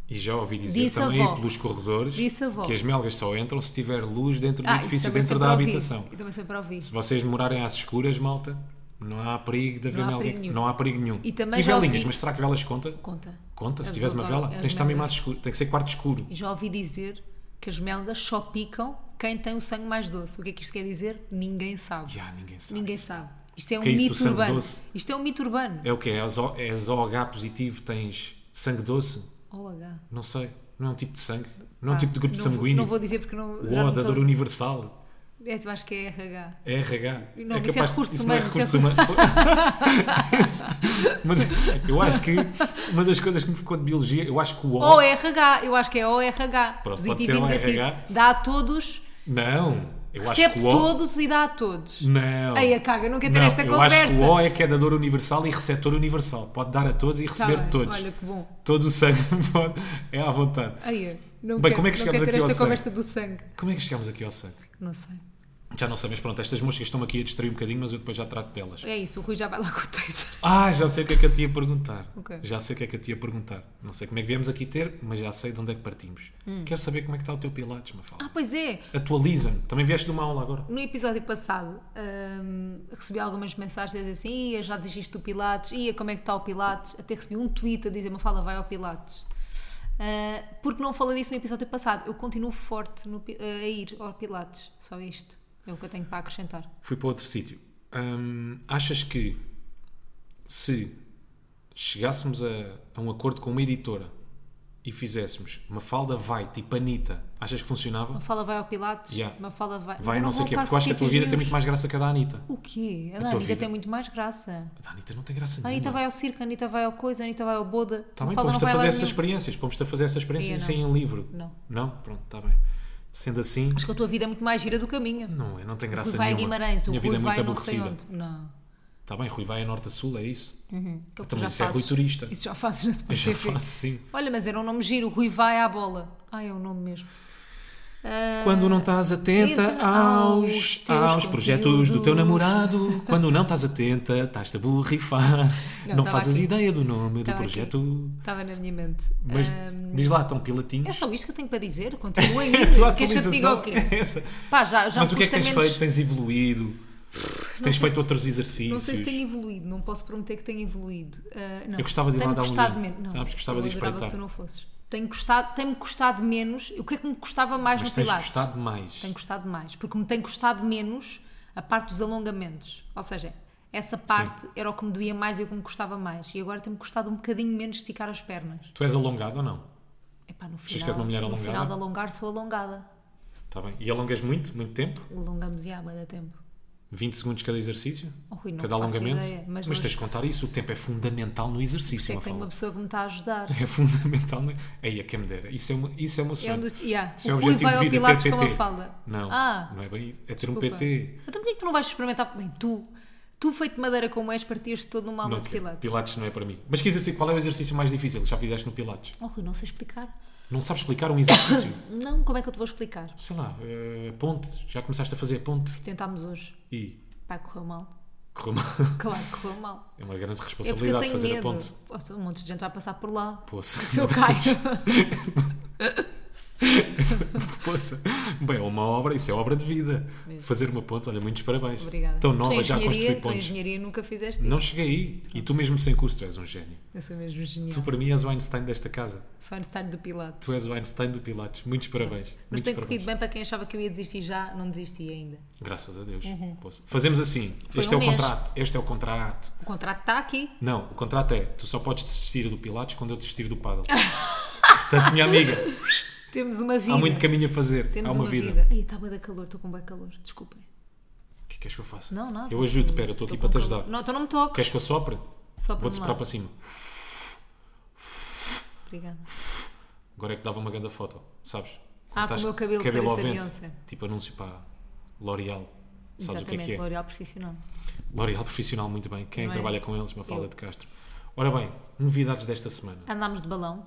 [SPEAKER 1] E já ouvi dizer
[SPEAKER 2] Disse a
[SPEAKER 1] também
[SPEAKER 2] avó.
[SPEAKER 1] pelos corredores
[SPEAKER 2] Disse a avó.
[SPEAKER 1] que as melgas só entram se tiver luz dentro do
[SPEAKER 2] Ah, isso
[SPEAKER 1] edifício,
[SPEAKER 2] também
[SPEAKER 1] É dentro
[SPEAKER 2] sempre
[SPEAKER 1] da
[SPEAKER 2] ouvi.
[SPEAKER 1] habitação.
[SPEAKER 2] Eu também sempre ouvi.
[SPEAKER 1] Se vocês morarem às escuras, malta, não há perigo de haver
[SPEAKER 2] Não há
[SPEAKER 1] melga.
[SPEAKER 2] perigo nenhum.
[SPEAKER 1] Não há perigo nenhum.
[SPEAKER 2] E também já
[SPEAKER 1] velinhas,
[SPEAKER 2] ouvi-
[SPEAKER 1] mas será que velas conta?
[SPEAKER 2] Conta.
[SPEAKER 1] Conta, se
[SPEAKER 2] As
[SPEAKER 1] tiveres uma
[SPEAKER 2] velas-
[SPEAKER 1] vela,
[SPEAKER 2] as
[SPEAKER 1] tens de estar mesmo
[SPEAKER 2] velas.
[SPEAKER 1] mais escuro, tem que ser quarto escuro.
[SPEAKER 2] E já ouvi dizer que as melgas só picam quem tem o sangue mais doce. O que é que isto quer dizer? Ninguém sabe.
[SPEAKER 1] Já, ninguém sabe.
[SPEAKER 2] Ninguém sabe. Isto é um
[SPEAKER 1] Que é isso do
[SPEAKER 2] mito
[SPEAKER 1] sangue
[SPEAKER 2] urbano.
[SPEAKER 1] doce?
[SPEAKER 2] Isto é um mito urbano.
[SPEAKER 1] É o que é? És O- És OH positivo, tens sangue doce?
[SPEAKER 2] OH.
[SPEAKER 1] Não sei. Não é um tipo de sangue. Não é um
[SPEAKER 2] Ah,
[SPEAKER 1] tipo de grupo
[SPEAKER 2] não vou-
[SPEAKER 1] sanguíneo.
[SPEAKER 2] Não vou dizer porque não.
[SPEAKER 1] o
[SPEAKER 2] já
[SPEAKER 1] O
[SPEAKER 2] não
[SPEAKER 1] da
[SPEAKER 2] tô-
[SPEAKER 1] dor universal.
[SPEAKER 2] É, eu acho que é RH.
[SPEAKER 1] É RH.
[SPEAKER 2] Não,
[SPEAKER 1] é
[SPEAKER 2] isso é recursos
[SPEAKER 1] isso não é
[SPEAKER 2] humanos,
[SPEAKER 1] recurso
[SPEAKER 2] isso é-
[SPEAKER 1] humano. Mas eu acho que uma das coisas que me ficou de biologia, eu acho que o O.
[SPEAKER 2] Oh, é- ORH. Eu acho que é ORH.
[SPEAKER 1] Pronto, pode
[SPEAKER 2] positivo
[SPEAKER 1] ser um
[SPEAKER 2] e negativo.
[SPEAKER 1] ORH.
[SPEAKER 2] Dá a todos,
[SPEAKER 1] Não. Eu acho
[SPEAKER 2] recebe
[SPEAKER 1] que o O.
[SPEAKER 2] todos e dá a todos.
[SPEAKER 1] Não.
[SPEAKER 2] Ei, a caga, não quero ter
[SPEAKER 1] Não,
[SPEAKER 2] esta
[SPEAKER 1] eu
[SPEAKER 2] conversa.
[SPEAKER 1] acho que o O é que é da dor universal e receptor universal. Pode dar a todos e
[SPEAKER 2] Tá
[SPEAKER 1] receber de
[SPEAKER 2] bem,
[SPEAKER 1] todos.
[SPEAKER 2] Olha que bom.
[SPEAKER 1] Todo o sangue pode- é à vontade.
[SPEAKER 2] Ai, não
[SPEAKER 1] Bem,
[SPEAKER 2] quero,
[SPEAKER 1] como é que
[SPEAKER 2] não
[SPEAKER 1] chegamos
[SPEAKER 2] quero ter
[SPEAKER 1] aqui ao
[SPEAKER 2] esta
[SPEAKER 1] sangue?
[SPEAKER 2] conversa do sangue.
[SPEAKER 1] Como é que chegamos aqui ao sangue?
[SPEAKER 2] Não sei.
[SPEAKER 1] Já não sei, mas pronto, estas moscas estão aqui a distrair um bocadinho, mas eu depois já trato delas.
[SPEAKER 2] É isso, o Rui já vai lá com o taser.
[SPEAKER 1] Ah, já sei o que é que eu te ia perguntar.
[SPEAKER 2] O quê?
[SPEAKER 1] Já sei o que é que eu te ia perguntar. Não sei como é que viemos aqui ter, mas já sei de onde é que partimos.
[SPEAKER 2] Hum.
[SPEAKER 1] Quero saber como é que está o teu Pilates, Mafalda.
[SPEAKER 2] Ah, pois é.
[SPEAKER 1] Atualiza-me. Também vieste de uma aula agora.
[SPEAKER 2] No episódio passado hum, recebi algumas mensagens a dizer assim: "Ia, já desististe do Pilates, ia, como é que está o Pilates? Até recebi um tweet a dizer: uma fala, vai ao Pilates. Ah, porque não falei disso no episódio passado. Eu continuo forte no pi- a ir ao Pilates. Só isto. É o que eu tenho para acrescentar.
[SPEAKER 1] Fui para outro sítio. Hum, achas que se chegássemos a, a um acordo com uma editora e fizéssemos uma falda vai, tipo Anitta, achas que funcionava?
[SPEAKER 2] Uma fala, vai ao Pilates.
[SPEAKER 1] Já.
[SPEAKER 2] Uma fala, vai. Mas
[SPEAKER 1] Vai,
[SPEAKER 2] eu
[SPEAKER 1] não sei o
[SPEAKER 2] vou
[SPEAKER 1] quê,
[SPEAKER 2] para
[SPEAKER 1] porque eu acho que a tua
[SPEAKER 2] sítios
[SPEAKER 1] vida tem muito
[SPEAKER 2] nenhuns.
[SPEAKER 1] mais graça que a da Anitta.
[SPEAKER 2] O quê? A
[SPEAKER 1] tua
[SPEAKER 2] da Anitta
[SPEAKER 1] vida?
[SPEAKER 2] tem muito mais graça.
[SPEAKER 1] A da Anitta não tem graça
[SPEAKER 2] A
[SPEAKER 1] nenhuma.
[SPEAKER 2] Anitta vai ao circo, a Anitta vai ao coisa, a Anitta vai ao boda.
[SPEAKER 1] Tá
[SPEAKER 2] Uma
[SPEAKER 1] bem,
[SPEAKER 2] fala,
[SPEAKER 1] pomos-te a
[SPEAKER 2] vai lá
[SPEAKER 1] fazer essas
[SPEAKER 2] nenhum.
[SPEAKER 1] experiências, pomos-te a fazer essas experiências
[SPEAKER 2] Eu
[SPEAKER 1] sem em livro.
[SPEAKER 2] Não.
[SPEAKER 1] Não? Pronto, está bem. Sendo assim,
[SPEAKER 2] Acho que a tua vida é muito mais gira do que a minha.
[SPEAKER 1] não é, não tem graça
[SPEAKER 2] Rui vai a
[SPEAKER 1] nenhuma.
[SPEAKER 2] Guimarães, o
[SPEAKER 1] Minha
[SPEAKER 2] Rui
[SPEAKER 1] vida é
[SPEAKER 2] vai
[SPEAKER 1] muito
[SPEAKER 2] não sei
[SPEAKER 1] aborrecida.
[SPEAKER 2] onde. Não.
[SPEAKER 1] Está bem, Rui vai a norte a sul, é isso?
[SPEAKER 2] Que é o que tu
[SPEAKER 1] Então,
[SPEAKER 2] já
[SPEAKER 1] mas isso é Rui
[SPEAKER 2] fazes.
[SPEAKER 1] turista.
[SPEAKER 2] Isso já fazes na
[SPEAKER 1] Eu
[SPEAKER 2] Sport
[SPEAKER 1] já assim.
[SPEAKER 2] TV.
[SPEAKER 1] faço, sim.
[SPEAKER 2] Olha, mas era um nome giro, Rui vai à bola. Ai, é o nome mesmo. Ah,
[SPEAKER 1] Quando não estás atenta
[SPEAKER 2] Atenta aos
[SPEAKER 1] aos,
[SPEAKER 2] teus
[SPEAKER 1] aos projetos do teu
[SPEAKER 2] conteúdos.
[SPEAKER 1] namorado, quando não estás atenta, estás-te a borrifar,
[SPEAKER 2] Não,
[SPEAKER 1] não,
[SPEAKER 2] tava
[SPEAKER 1] fazes
[SPEAKER 2] aqui.
[SPEAKER 1] ideia do nome
[SPEAKER 2] Tava
[SPEAKER 1] do
[SPEAKER 2] aqui.
[SPEAKER 1] projeto.
[SPEAKER 2] Estava Ah, na minha mente.
[SPEAKER 1] Mas
[SPEAKER 2] Ah,
[SPEAKER 1] diz lá, tão
[SPEAKER 2] é
[SPEAKER 1] pilatinhos.
[SPEAKER 2] só isto que eu tenho para dizer. Continuem
[SPEAKER 1] É A tua
[SPEAKER 2] aí. Queres que eu te diga o
[SPEAKER 1] atualização
[SPEAKER 2] quê?
[SPEAKER 1] é essa.
[SPEAKER 2] Pá, já, já
[SPEAKER 1] Mas
[SPEAKER 2] me
[SPEAKER 1] o que é que
[SPEAKER 2] custa
[SPEAKER 1] tens
[SPEAKER 2] menos.
[SPEAKER 1] feito? Tens evoluído? Tens feito outros exercícios?
[SPEAKER 2] Não sei se tenho evoluído, não posso prometer que tenha evoluído. Ah, não.
[SPEAKER 1] Eu gostava de ir
[SPEAKER 2] Tenho
[SPEAKER 1] lá dar um
[SPEAKER 2] gostado
[SPEAKER 1] olhinho.
[SPEAKER 2] menos. Não,
[SPEAKER 1] Sabes, gostava
[SPEAKER 2] eu
[SPEAKER 1] de
[SPEAKER 2] adorava
[SPEAKER 1] espreitar.
[SPEAKER 2] que tu não fosses. Tenho gostado, tem-me custado menos. O que é que me custava mais
[SPEAKER 1] Mas
[SPEAKER 2] no
[SPEAKER 1] tens
[SPEAKER 2] Pilates?
[SPEAKER 1] gostado mais.
[SPEAKER 2] Tem custado mais, porque me tem custado menos a parte dos alongamentos. Ou seja, essa parte era o que me doía mais e o que me custava mais. E agora tem-me custado um bocadinho menos esticar as pernas.
[SPEAKER 1] Tu és alongado ou não?
[SPEAKER 2] Epá, no
[SPEAKER 1] és
[SPEAKER 2] final,
[SPEAKER 1] uma mulher
[SPEAKER 2] no
[SPEAKER 1] alongada?
[SPEAKER 2] final de alongar sou alongada.
[SPEAKER 1] Está bem. E Tá alongas muito? Muito tempo?
[SPEAKER 2] Alongamos e há bué da tempo.
[SPEAKER 1] 20 segundos cada exercício?
[SPEAKER 2] Oh, Oh, Rui, não
[SPEAKER 1] cada
[SPEAKER 2] faço
[SPEAKER 1] alongamento.
[SPEAKER 2] ideia,
[SPEAKER 1] mas
[SPEAKER 2] mas
[SPEAKER 1] tens de contar isso. O tempo é fundamental no exercício.
[SPEAKER 2] sei é que tenho
[SPEAKER 1] Mafalda.
[SPEAKER 2] uma pessoa que me está a ajudar.
[SPEAKER 1] É fundamental. Não é? Aí a quem me dera. Isso é uma, isso é uma
[SPEAKER 2] É um
[SPEAKER 1] sonha.
[SPEAKER 2] dos, yeah.
[SPEAKER 1] Isso é
[SPEAKER 2] o
[SPEAKER 1] o
[SPEAKER 2] Rui
[SPEAKER 1] objetivo
[SPEAKER 2] vai
[SPEAKER 1] de
[SPEAKER 2] ao
[SPEAKER 1] vida,
[SPEAKER 2] Pilates
[SPEAKER 1] ter
[SPEAKER 2] com uma
[SPEAKER 1] PT.
[SPEAKER 2] falda.
[SPEAKER 1] Não,
[SPEAKER 2] Ah,
[SPEAKER 1] não é bem isso. É ter um
[SPEAKER 2] desculpa.
[SPEAKER 1] PT.
[SPEAKER 2] Então porquê que tu não vais experimentar? Bem, tu, tu feito de madeira como és, partias todo numa aula
[SPEAKER 1] Não
[SPEAKER 2] de
[SPEAKER 1] quero.
[SPEAKER 2] Pilates.
[SPEAKER 1] Pilates não é para mim. Mas que exercício, qual é o exercício mais difícil que já fizeste no Pilates?
[SPEAKER 2] Oh, Rui, não sei explicar.
[SPEAKER 1] Não sabes explicar um exercício?
[SPEAKER 2] Não, como é que eu te vou explicar?
[SPEAKER 1] Sei lá, eh, ponte. Já começaste a fazer ponte
[SPEAKER 2] Tentámos hoje.
[SPEAKER 1] e
[SPEAKER 2] Pá, correu mal.
[SPEAKER 1] correu mal.
[SPEAKER 2] Claro que correu mal.
[SPEAKER 1] É uma grande
[SPEAKER 2] É porque eu
[SPEAKER 1] responsabilidade
[SPEAKER 2] tenho
[SPEAKER 1] fazer a
[SPEAKER 2] medo. é
[SPEAKER 1] ponte.
[SPEAKER 2] Oh, Um monte de gente vai passar por lá.
[SPEAKER 1] Poça.
[SPEAKER 2] Se eu caio.
[SPEAKER 1] Poça. Bem, é uma obra, isso é obra de vida. Fazer uma ponte, olha, muitos parabéns.
[SPEAKER 2] Obrigada.
[SPEAKER 1] Tão
[SPEAKER 2] Tu em
[SPEAKER 1] nova, já
[SPEAKER 2] engenharia-
[SPEAKER 1] construí
[SPEAKER 2] Tu em
[SPEAKER 1] pontes.
[SPEAKER 2] engenharia nunca fizeste isso.
[SPEAKER 1] Não cheguei aí. E tu mesmo sem curso, tu és um gênio.
[SPEAKER 2] Eu sou mesmo
[SPEAKER 1] Tu
[SPEAKER 2] genial.
[SPEAKER 1] para mim és o Einstein desta casa.
[SPEAKER 2] Sou necessário do Pilates.
[SPEAKER 1] Tu é és o Einstein do Pilates. Muitos parabéns.
[SPEAKER 2] Mas
[SPEAKER 1] Muitos
[SPEAKER 2] tem
[SPEAKER 1] parabéns.
[SPEAKER 2] corrido bem para quem achava que eu ia desistir já, não desisti ainda.
[SPEAKER 1] Graças a Deus.
[SPEAKER 2] Uhum.
[SPEAKER 1] Poça. Fazemos assim.
[SPEAKER 2] Foi
[SPEAKER 1] este
[SPEAKER 2] um
[SPEAKER 1] é o
[SPEAKER 2] mês.
[SPEAKER 1] contrato. Este é o contrato.
[SPEAKER 2] O contrato está aqui.
[SPEAKER 1] Não, o contrato é, tu só podes desistir do Pilates quando eu desistir do paddle. Portanto, minha amiga,
[SPEAKER 2] Temos uma vida.
[SPEAKER 1] há muito caminho a fazer.
[SPEAKER 2] Temos
[SPEAKER 1] há uma, vida.
[SPEAKER 2] Ai, está tá bué da calor, estou com bué calor. Desculpem.
[SPEAKER 1] O que queres que eu faça?
[SPEAKER 2] Não, nada.
[SPEAKER 1] Eu ajudo, pera, estou aqui para
[SPEAKER 2] com
[SPEAKER 1] te
[SPEAKER 2] calor.
[SPEAKER 1] ajudar.
[SPEAKER 2] Não, então não me toques.
[SPEAKER 1] Queres que eu sopre?
[SPEAKER 2] Só para
[SPEAKER 1] Vou-te
[SPEAKER 2] um
[SPEAKER 1] soprar
[SPEAKER 2] lado.
[SPEAKER 1] para cima.
[SPEAKER 2] Obrigada.
[SPEAKER 1] Agora é que dava uma grande foto, sabes?
[SPEAKER 2] Ah,
[SPEAKER 1] Quando
[SPEAKER 2] com o
[SPEAKER 1] estás
[SPEAKER 2] meu cabelo
[SPEAKER 1] cabelo ao
[SPEAKER 2] parece
[SPEAKER 1] vento.
[SPEAKER 2] a Beyoncé.
[SPEAKER 1] Tipo anúncio para L'Oreal. Sabes o que é
[SPEAKER 2] Exatamente,
[SPEAKER 1] que é?
[SPEAKER 2] L'Oreal profissional.
[SPEAKER 1] L'Oreal profissional, muito bem. Quem é que
[SPEAKER 2] Não é?
[SPEAKER 1] trabalha com eles? Mafalda
[SPEAKER 2] Eu.
[SPEAKER 1] de Castro. Ora bem, novidades desta semana.
[SPEAKER 2] Andámos de balão,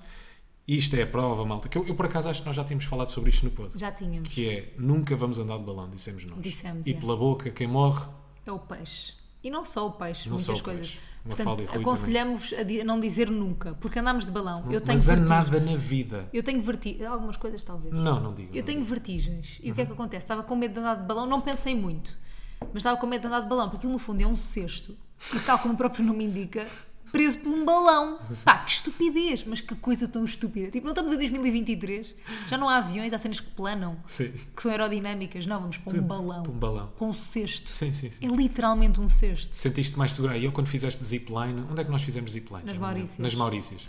[SPEAKER 1] Isto é a prova, malta. Que eu, eu, por acaso acho que nós já tínhamos falado sobre isto no pod.
[SPEAKER 2] já tínhamos.
[SPEAKER 1] Que é, nunca vamos andar de balão, dissemos nós.
[SPEAKER 2] Dissemos,
[SPEAKER 1] E
[SPEAKER 2] é.
[SPEAKER 1] pela boca, quem morre,
[SPEAKER 2] É o peixe. E não só o peixe,
[SPEAKER 1] Não só
[SPEAKER 2] muitas
[SPEAKER 1] o
[SPEAKER 2] coisas.
[SPEAKER 1] peixe. Uma falda e
[SPEAKER 2] Portanto,
[SPEAKER 1] Rui
[SPEAKER 2] aconselhamos-vos a di- não dizer nunca, porque andámos de balão. Eu tenho
[SPEAKER 1] mas a
[SPEAKER 2] vertigens.
[SPEAKER 1] nada na vida.
[SPEAKER 2] Eu tenho vertigens. Algumas coisas, talvez.
[SPEAKER 1] Não, não digo.
[SPEAKER 2] Eu
[SPEAKER 1] não
[SPEAKER 2] tenho
[SPEAKER 1] digo.
[SPEAKER 2] vertigens. E o
[SPEAKER 1] Uhum.
[SPEAKER 2] que é que acontece? Estava com medo de andar de balão, não pensei muito, mas estava com medo de andar de balão, porque aquilo no fundo é um cesto, e tal como o próprio nome indica, preso por um balão. Pá, que estupidez, mas que coisa tão estúpida. Tipo, não estamos em 2023, já não há aviões, há cenas que planam,
[SPEAKER 1] Sim.
[SPEAKER 2] que são aerodinâmicas. Não, vamos para um balão,
[SPEAKER 1] Um balão.
[SPEAKER 2] para um cesto.
[SPEAKER 1] Sim, sim, sim.
[SPEAKER 2] É literalmente um cesto.
[SPEAKER 1] Sentiste mais segura? E eu quando fizeste zipline, onde é que nós fizemos zipline?
[SPEAKER 2] Nas
[SPEAKER 1] Já não lembro.
[SPEAKER 2] Maurícias. Eh,
[SPEAKER 1] Nas Maurícias.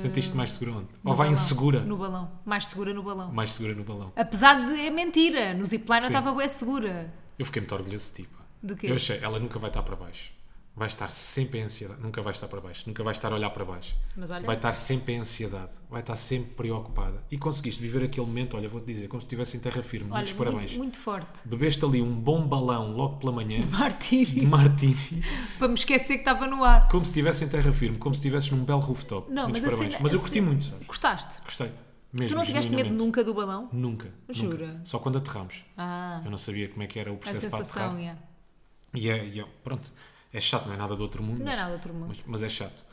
[SPEAKER 1] Sentiste mais segura onde? Ou
[SPEAKER 2] No
[SPEAKER 1] vai
[SPEAKER 2] balão.
[SPEAKER 1] insegura?
[SPEAKER 2] No balão, mais segura no balão.
[SPEAKER 1] Mais segura no balão.
[SPEAKER 2] Apesar de é mentira, no zipline eu
[SPEAKER 1] Sim.
[SPEAKER 2] estava bem segura.
[SPEAKER 1] Eu fiquei muito orgulhoso de ti. pá.
[SPEAKER 2] Do quê?
[SPEAKER 1] Eu achei, ela nunca vai estar para baixo. Vai estar sempre em ansiedade. Nunca vai estar para baixo. Nunca vai estar a olhar para baixo.
[SPEAKER 2] Mas olha-
[SPEAKER 1] Vai estar sempre em ansiedade. Vai estar sempre preocupada. E conseguiste viver aquele momento, olha, vou-te dizer, como se estivesse em terra firme.
[SPEAKER 2] Olha,
[SPEAKER 1] Muitos parabéns.
[SPEAKER 2] muito, muito forte.
[SPEAKER 1] Bebeste ali um bom balão logo pela manhã,
[SPEAKER 2] Martírio.
[SPEAKER 1] de martini,
[SPEAKER 2] para me esquecer que estava no ar.
[SPEAKER 1] como se estivesse em terra firme, como se estivesses num belo rooftop.
[SPEAKER 2] Não,
[SPEAKER 1] Muitos
[SPEAKER 2] mas a
[SPEAKER 1] parabéns.
[SPEAKER 2] cena-
[SPEAKER 1] mas eu
[SPEAKER 2] a
[SPEAKER 1] curti
[SPEAKER 2] cena-
[SPEAKER 1] muito, sabes?
[SPEAKER 2] Gostaste?
[SPEAKER 1] Gostei. Mesmo,
[SPEAKER 2] Tu não tiveste medo
[SPEAKER 1] genuinamente.
[SPEAKER 2] nunca do balão?
[SPEAKER 1] Nunca. nunca.
[SPEAKER 2] Jura?
[SPEAKER 1] Só quando aterramos.
[SPEAKER 2] Ah,
[SPEAKER 1] Eu não sabia como é que era o
[SPEAKER 2] a
[SPEAKER 1] processo para aterrar.
[SPEAKER 2] sensação, yeah.
[SPEAKER 1] E é, e é- pronto, é chato, não é nada do outro mundo.
[SPEAKER 2] Não é
[SPEAKER 1] mas-
[SPEAKER 2] nada do outro mundo. Ah.
[SPEAKER 1] Mas, mas é chato.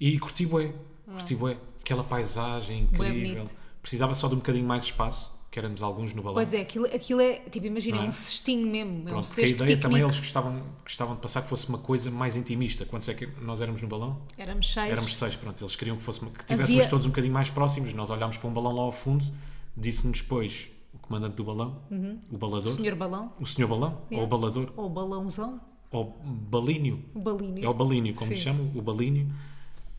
[SPEAKER 1] E curti bué, curti bué. Aquela paisagem
[SPEAKER 2] Bué
[SPEAKER 1] incrível.
[SPEAKER 2] bonito.
[SPEAKER 1] Precisava só de um bocadinho mais espaço, que éramos alguns no balão.
[SPEAKER 2] Pois é, aquilo, aquilo é, tipo, imagina,
[SPEAKER 1] Não é?
[SPEAKER 2] um cestinho mesmo, é um
[SPEAKER 1] Pronto, porque a
[SPEAKER 2] cesto de
[SPEAKER 1] ideia também eles
[SPEAKER 2] piquenique.
[SPEAKER 1] gostavam, gostavam de passar que fosse uma coisa mais intimista. Quantos é que nós éramos no balão?
[SPEAKER 2] Éramos seis.
[SPEAKER 1] Éramos seis, pronto. Eles queriam que, fosse, uma- que tivéssemos
[SPEAKER 2] Havia-
[SPEAKER 1] todos um bocadinho mais próximos. Nós olhámos para um balão lá ao fundo, disse-nos depois o comandante do balão, o balador,
[SPEAKER 2] Uhum. Senhor Balão,
[SPEAKER 1] o senhor balão, ou o
[SPEAKER 2] Yeah.
[SPEAKER 1] balador,
[SPEAKER 2] ou Balãozão,
[SPEAKER 1] ou balínio.
[SPEAKER 2] o Balínio.
[SPEAKER 1] É o balínio, como
[SPEAKER 2] Sim.
[SPEAKER 1] lhe chamam, o balínio.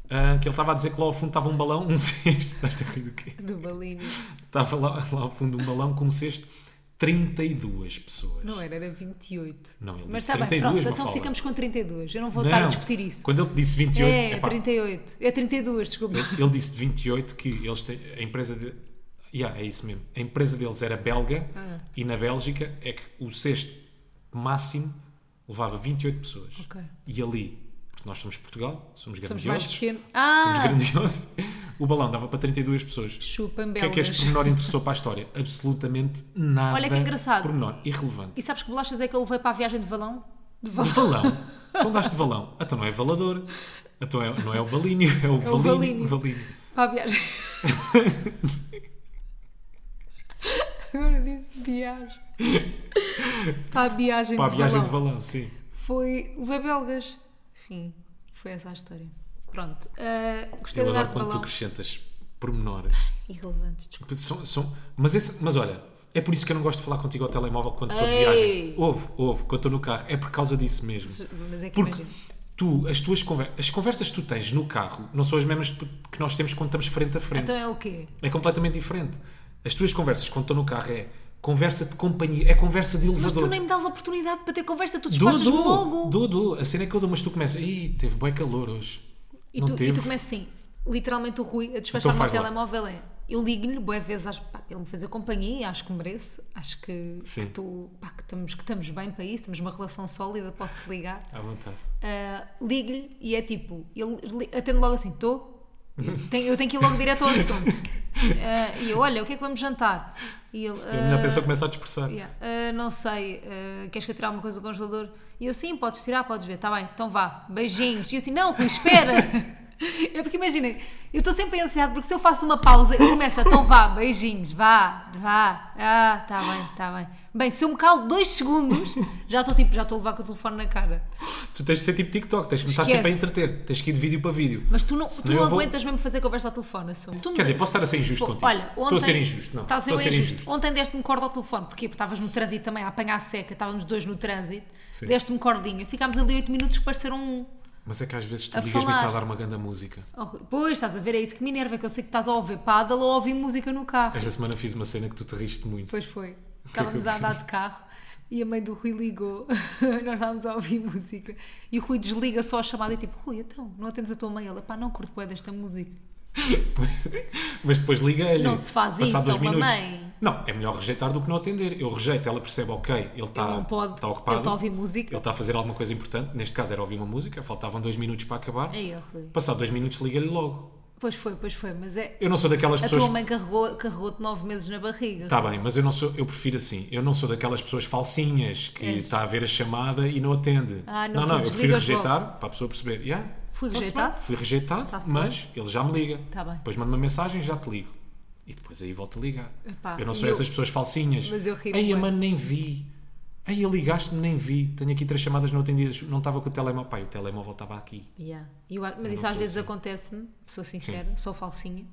[SPEAKER 1] Ah, que ele estava a dizer que lá ao fundo estava um balão, um cesto. Estás a rir do quê?
[SPEAKER 2] Do Balínio.
[SPEAKER 1] é. Estava lá, lá ao fundo um balão com um cesto. 32 pessoas.
[SPEAKER 2] Não era, era 28.
[SPEAKER 1] Não, ele
[SPEAKER 2] Mas
[SPEAKER 1] disse
[SPEAKER 2] está bem,
[SPEAKER 1] 32,
[SPEAKER 2] pronto, então
[SPEAKER 1] Mafalda.
[SPEAKER 2] ficamos com 32. Eu não vou estar a
[SPEAKER 1] Não,
[SPEAKER 2] discutir isso.
[SPEAKER 1] Quando ele te disse 28,
[SPEAKER 2] é,
[SPEAKER 1] epá,
[SPEAKER 2] 38. É 32, desculpa.
[SPEAKER 1] ele disse 28 que eles têm, a empresa de, Yeah, é isso mesmo. A empresa deles era belga
[SPEAKER 2] Ah.
[SPEAKER 1] e na Bélgica é que o cesto máximo levava 28 pessoas.
[SPEAKER 2] Ok.
[SPEAKER 1] E ali, porque nós somos Portugal, somos
[SPEAKER 2] Somos
[SPEAKER 1] grandiosos.
[SPEAKER 2] mais pequenos.
[SPEAKER 1] Somos
[SPEAKER 2] Ah,
[SPEAKER 1] grandiosos. O balão dava para 32 pessoas.
[SPEAKER 2] chupam
[SPEAKER 1] O que é que este
[SPEAKER 2] belgas.
[SPEAKER 1] pormenor interessou para a história? Absolutamente nada.
[SPEAKER 2] Olha que engraçado.
[SPEAKER 1] Pormenor irrelevante.
[SPEAKER 2] E sabes que bolachas é que eu levei para a viagem de balão? De balão.
[SPEAKER 1] De valão? Então daste valão. Então não é valador. Então é- não é o balínio, é o,
[SPEAKER 2] o
[SPEAKER 1] valínio.
[SPEAKER 2] balínio.
[SPEAKER 1] valínio.
[SPEAKER 2] Para a viagem. Agora disse viagem. Para a viagem,
[SPEAKER 1] Para a
[SPEAKER 2] de,
[SPEAKER 1] viagem
[SPEAKER 2] balão.
[SPEAKER 1] de valão, sim.
[SPEAKER 2] Foi levei belgas. Enfim, foi essa a história. Pronto. ah, gostei
[SPEAKER 1] Eu adoro
[SPEAKER 2] de dar de
[SPEAKER 1] é quando tu
[SPEAKER 2] balão.
[SPEAKER 1] acrescentas pormenores.
[SPEAKER 2] Irrelevantes, desculpa.
[SPEAKER 1] São- são- mas, esse- mas olha, é por isso que eu não gosto de falar contigo ao telemóvel quando estou de
[SPEAKER 2] Ei!
[SPEAKER 1] viagem. Ouve, ouve, quando estou no carro. É por causa disso mesmo.
[SPEAKER 2] Mas é que
[SPEAKER 1] Porque
[SPEAKER 2] imagina.
[SPEAKER 1] tu, as tuas conversas, as conversas que tu tens no carro não são as mesmas que nós temos quando estamos frente a frente.
[SPEAKER 2] Então é o quê?
[SPEAKER 1] É completamente diferente. As tuas conversas quando estou no carro é Conversa de companhia. É conversa de
[SPEAKER 2] Mas
[SPEAKER 1] elevador.
[SPEAKER 2] tu nem me dás oportunidade para ter conversa, tu
[SPEAKER 1] Dou,
[SPEAKER 2] despachas
[SPEAKER 1] dou,
[SPEAKER 2] logo.
[SPEAKER 1] dou, dou. A cena é que eu dou, mas tu começas. Ih, teve bem calor hoje.
[SPEAKER 2] E
[SPEAKER 1] Não
[SPEAKER 2] tu, e
[SPEAKER 1] teve.
[SPEAKER 2] tu começas assim, literalmente o Rui a
[SPEAKER 1] Então
[SPEAKER 2] despachar o meu
[SPEAKER 1] faz lá.
[SPEAKER 2] telemóvel é. Eu ligo-lhe boas vezes, acho, pá, ele me fazer companhia, acho que mereço, acho que, que,
[SPEAKER 1] Sim.
[SPEAKER 2] tu, pá, que, estamos, que estamos bem para isso, temos uma relação sólida, posso-te ligar.
[SPEAKER 1] À vontade.
[SPEAKER 2] Ah, ligo-lhe e é tipo, ele li- atende logo assim, estou? Eu tenho que ir logo direto ao assunto. Ah, e eu, olha, o que é que vamos jantar? E ele,
[SPEAKER 1] A minha
[SPEAKER 2] "Ah,
[SPEAKER 1] atenção começa a dispersar.
[SPEAKER 2] Yeah. "Ah, não sei, ah, queres que eu tirar alguma coisa do congelador? E eu, sim, podes tirar, podes ver, tá bem, então vá, beijinhos. E eu assim, não, Rui, espera. é porque imaginem, eu estou sempre ansiado, porque se eu faço uma pausa e começa, então vá, beijinhos, vá, vá, ah, tá bem, tá bem. Bem, se eu me calo dois segundos, já estou tipo, já estou a levar com o telefone na cara.
[SPEAKER 1] Tu tens de ser tipo TikTok, tens de estar
[SPEAKER 2] Esquece.
[SPEAKER 1] sempre a entreter. Tens que ir de vídeo para vídeo.
[SPEAKER 2] Mas tu não, tu
[SPEAKER 1] não
[SPEAKER 2] não
[SPEAKER 1] eu vou-
[SPEAKER 2] aguentas mesmo fazer conversa ao telefone, assumo. Tu me-
[SPEAKER 1] Quer dizer, posso estar a ser injusto
[SPEAKER 2] Pô,
[SPEAKER 1] contigo.
[SPEAKER 2] Olha, ontem...
[SPEAKER 1] Estou a ser injusto, não.
[SPEAKER 2] Estás a ser,
[SPEAKER 1] Estou a
[SPEAKER 2] bem
[SPEAKER 1] ser
[SPEAKER 2] injusto.
[SPEAKER 1] injusto.
[SPEAKER 2] Ontem deste-me corda ao telefone. Porquê? Porque estavas no trânsito também a apanhar a seca. Estávamos dois no trânsito.
[SPEAKER 1] Sim.
[SPEAKER 2] Deste-me cordinha. Ficámos ali 8 minutos que pareceram um...
[SPEAKER 1] Mas é que às vezes tu
[SPEAKER 2] A
[SPEAKER 1] ligas-me e
[SPEAKER 2] falar.
[SPEAKER 1] está a dar uma grande música.
[SPEAKER 2] Oh, pois, estás a ver, é isso que me enerva. Que eu sei que estás a ouvir paddle ou a ouvir música no carro.
[SPEAKER 1] Esta semana fiz uma cena que tu te riste muito.
[SPEAKER 2] Pois foi. Estávamos a andar de carro e a mãe do Rui ligou. Nós estávamos a ouvir música. E o Rui desliga só a chamada e tipo... Rui, então, não atendes a tua mãe? Ela, pá, não curto bué desta música.
[SPEAKER 1] Mas depois liga-lhe.
[SPEAKER 2] Não se faz
[SPEAKER 1] Passado
[SPEAKER 2] isso a
[SPEAKER 1] dois
[SPEAKER 2] uma
[SPEAKER 1] minutos.
[SPEAKER 2] mãe.
[SPEAKER 1] Não, é melhor rejeitar do que não atender. Eu rejeito, ela percebe, ok, ele está,
[SPEAKER 2] ele não pode.
[SPEAKER 1] está Tá, ocupado.
[SPEAKER 2] ele está a ouvir música.
[SPEAKER 1] Ele está a fazer alguma coisa importante. Neste caso era ouvir uma música, faltavam dois minutos para acabar.
[SPEAKER 2] Aí, ó, Rui.
[SPEAKER 1] Passado dois minutos, liga-lhe logo.
[SPEAKER 2] Pois foi, pois foi. Mas é...
[SPEAKER 1] Eu não sou daquelas
[SPEAKER 2] A
[SPEAKER 1] pessoas.
[SPEAKER 2] tua mãe carregou- carregou-te nove meses na barriga.
[SPEAKER 1] Está Tá bem, mas eu não sou, eu prefiro assim. Eu não sou daquelas pessoas falsinhas que
[SPEAKER 2] És.
[SPEAKER 1] está a ver a chamada e não atende.
[SPEAKER 2] Ah, não, tu
[SPEAKER 1] não, eu prefiro
[SPEAKER 2] desligas logo.
[SPEAKER 1] rejeitar para a pessoa perceber. Yeah,
[SPEAKER 2] Fui
[SPEAKER 1] tá-se
[SPEAKER 2] rejeitado?
[SPEAKER 1] bem, Fui rejeitado,
[SPEAKER 2] Tá-se
[SPEAKER 1] mas ele já me liga.
[SPEAKER 2] Tá bem.
[SPEAKER 1] Depois manda uma mensagem e já te ligo. E depois aí volto a ligar.
[SPEAKER 2] Epá,
[SPEAKER 1] eu não sou
[SPEAKER 2] e eu-
[SPEAKER 1] essas pessoas falsinhas.
[SPEAKER 2] Mas eu ri
[SPEAKER 1] Ei, a
[SPEAKER 2] bué.
[SPEAKER 1] mano, nem vi. Ei, ligaste-me, nem vi. Tenho aqui três chamadas não atendidas. Não estava com o telemóvel. Pai, o telemóvel estava aqui.
[SPEAKER 2] Yeah. Eu a- mas isso
[SPEAKER 1] não
[SPEAKER 2] às
[SPEAKER 1] sou
[SPEAKER 2] vezes
[SPEAKER 1] assim.
[SPEAKER 2] acontece-me, sou sincera, sou falsinha.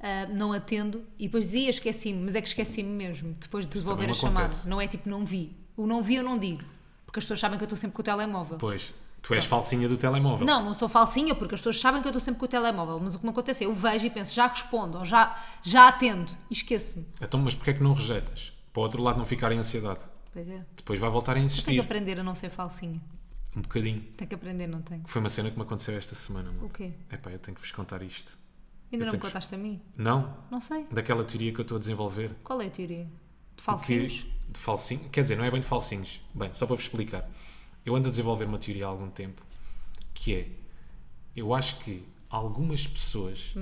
[SPEAKER 2] Ah, não atendo e depois dizia esqueci-me, mas é que esqueci-me mesmo depois de devolver a
[SPEAKER 1] também me
[SPEAKER 2] chamada.
[SPEAKER 1] acontece.
[SPEAKER 2] Não é tipo não vi. O não vi eu não digo, porque as pessoas sabem que eu estou sempre com o telemóvel.
[SPEAKER 1] Pois, tu és falsinha do telemóvel.
[SPEAKER 2] Tá. Não, não sou falsinha porque as pessoas sabem que eu estou sempre com o telemóvel, mas o que me acontece é eu vejo e penso, já respondo, ou já, já atendo e esqueço-me.
[SPEAKER 1] Então, mas porquê é que não rejeitas? Para o outro lado não ficar em ansiedade.
[SPEAKER 2] Pois é.
[SPEAKER 1] Depois vai voltar a
[SPEAKER 2] Tenho
[SPEAKER 1] insistir.
[SPEAKER 2] que aprender a não ser falsinha.
[SPEAKER 1] Um bocadinho.
[SPEAKER 2] Tenho que aprender, não tenho.
[SPEAKER 1] Que Foi uma cena que me aconteceu esta semana,
[SPEAKER 2] O
[SPEAKER 1] mano.
[SPEAKER 2] quê?
[SPEAKER 1] Epá, eu tenho que vos contar isto. Eu
[SPEAKER 2] Ainda não me
[SPEAKER 1] tenho-
[SPEAKER 2] contaste a mim?
[SPEAKER 1] Não,
[SPEAKER 2] Não sei.
[SPEAKER 1] daquela teoria que eu estou a desenvolver. de
[SPEAKER 2] Qual é a teoria? De
[SPEAKER 1] que-
[SPEAKER 2] falsinhos?
[SPEAKER 1] de falsinhos. Quer dizer, não é bem de falsinhos. Bem, só para vos explicar. Eu ando a desenvolver uma teoria há algum tempo que é. Eu acho que algumas pessoas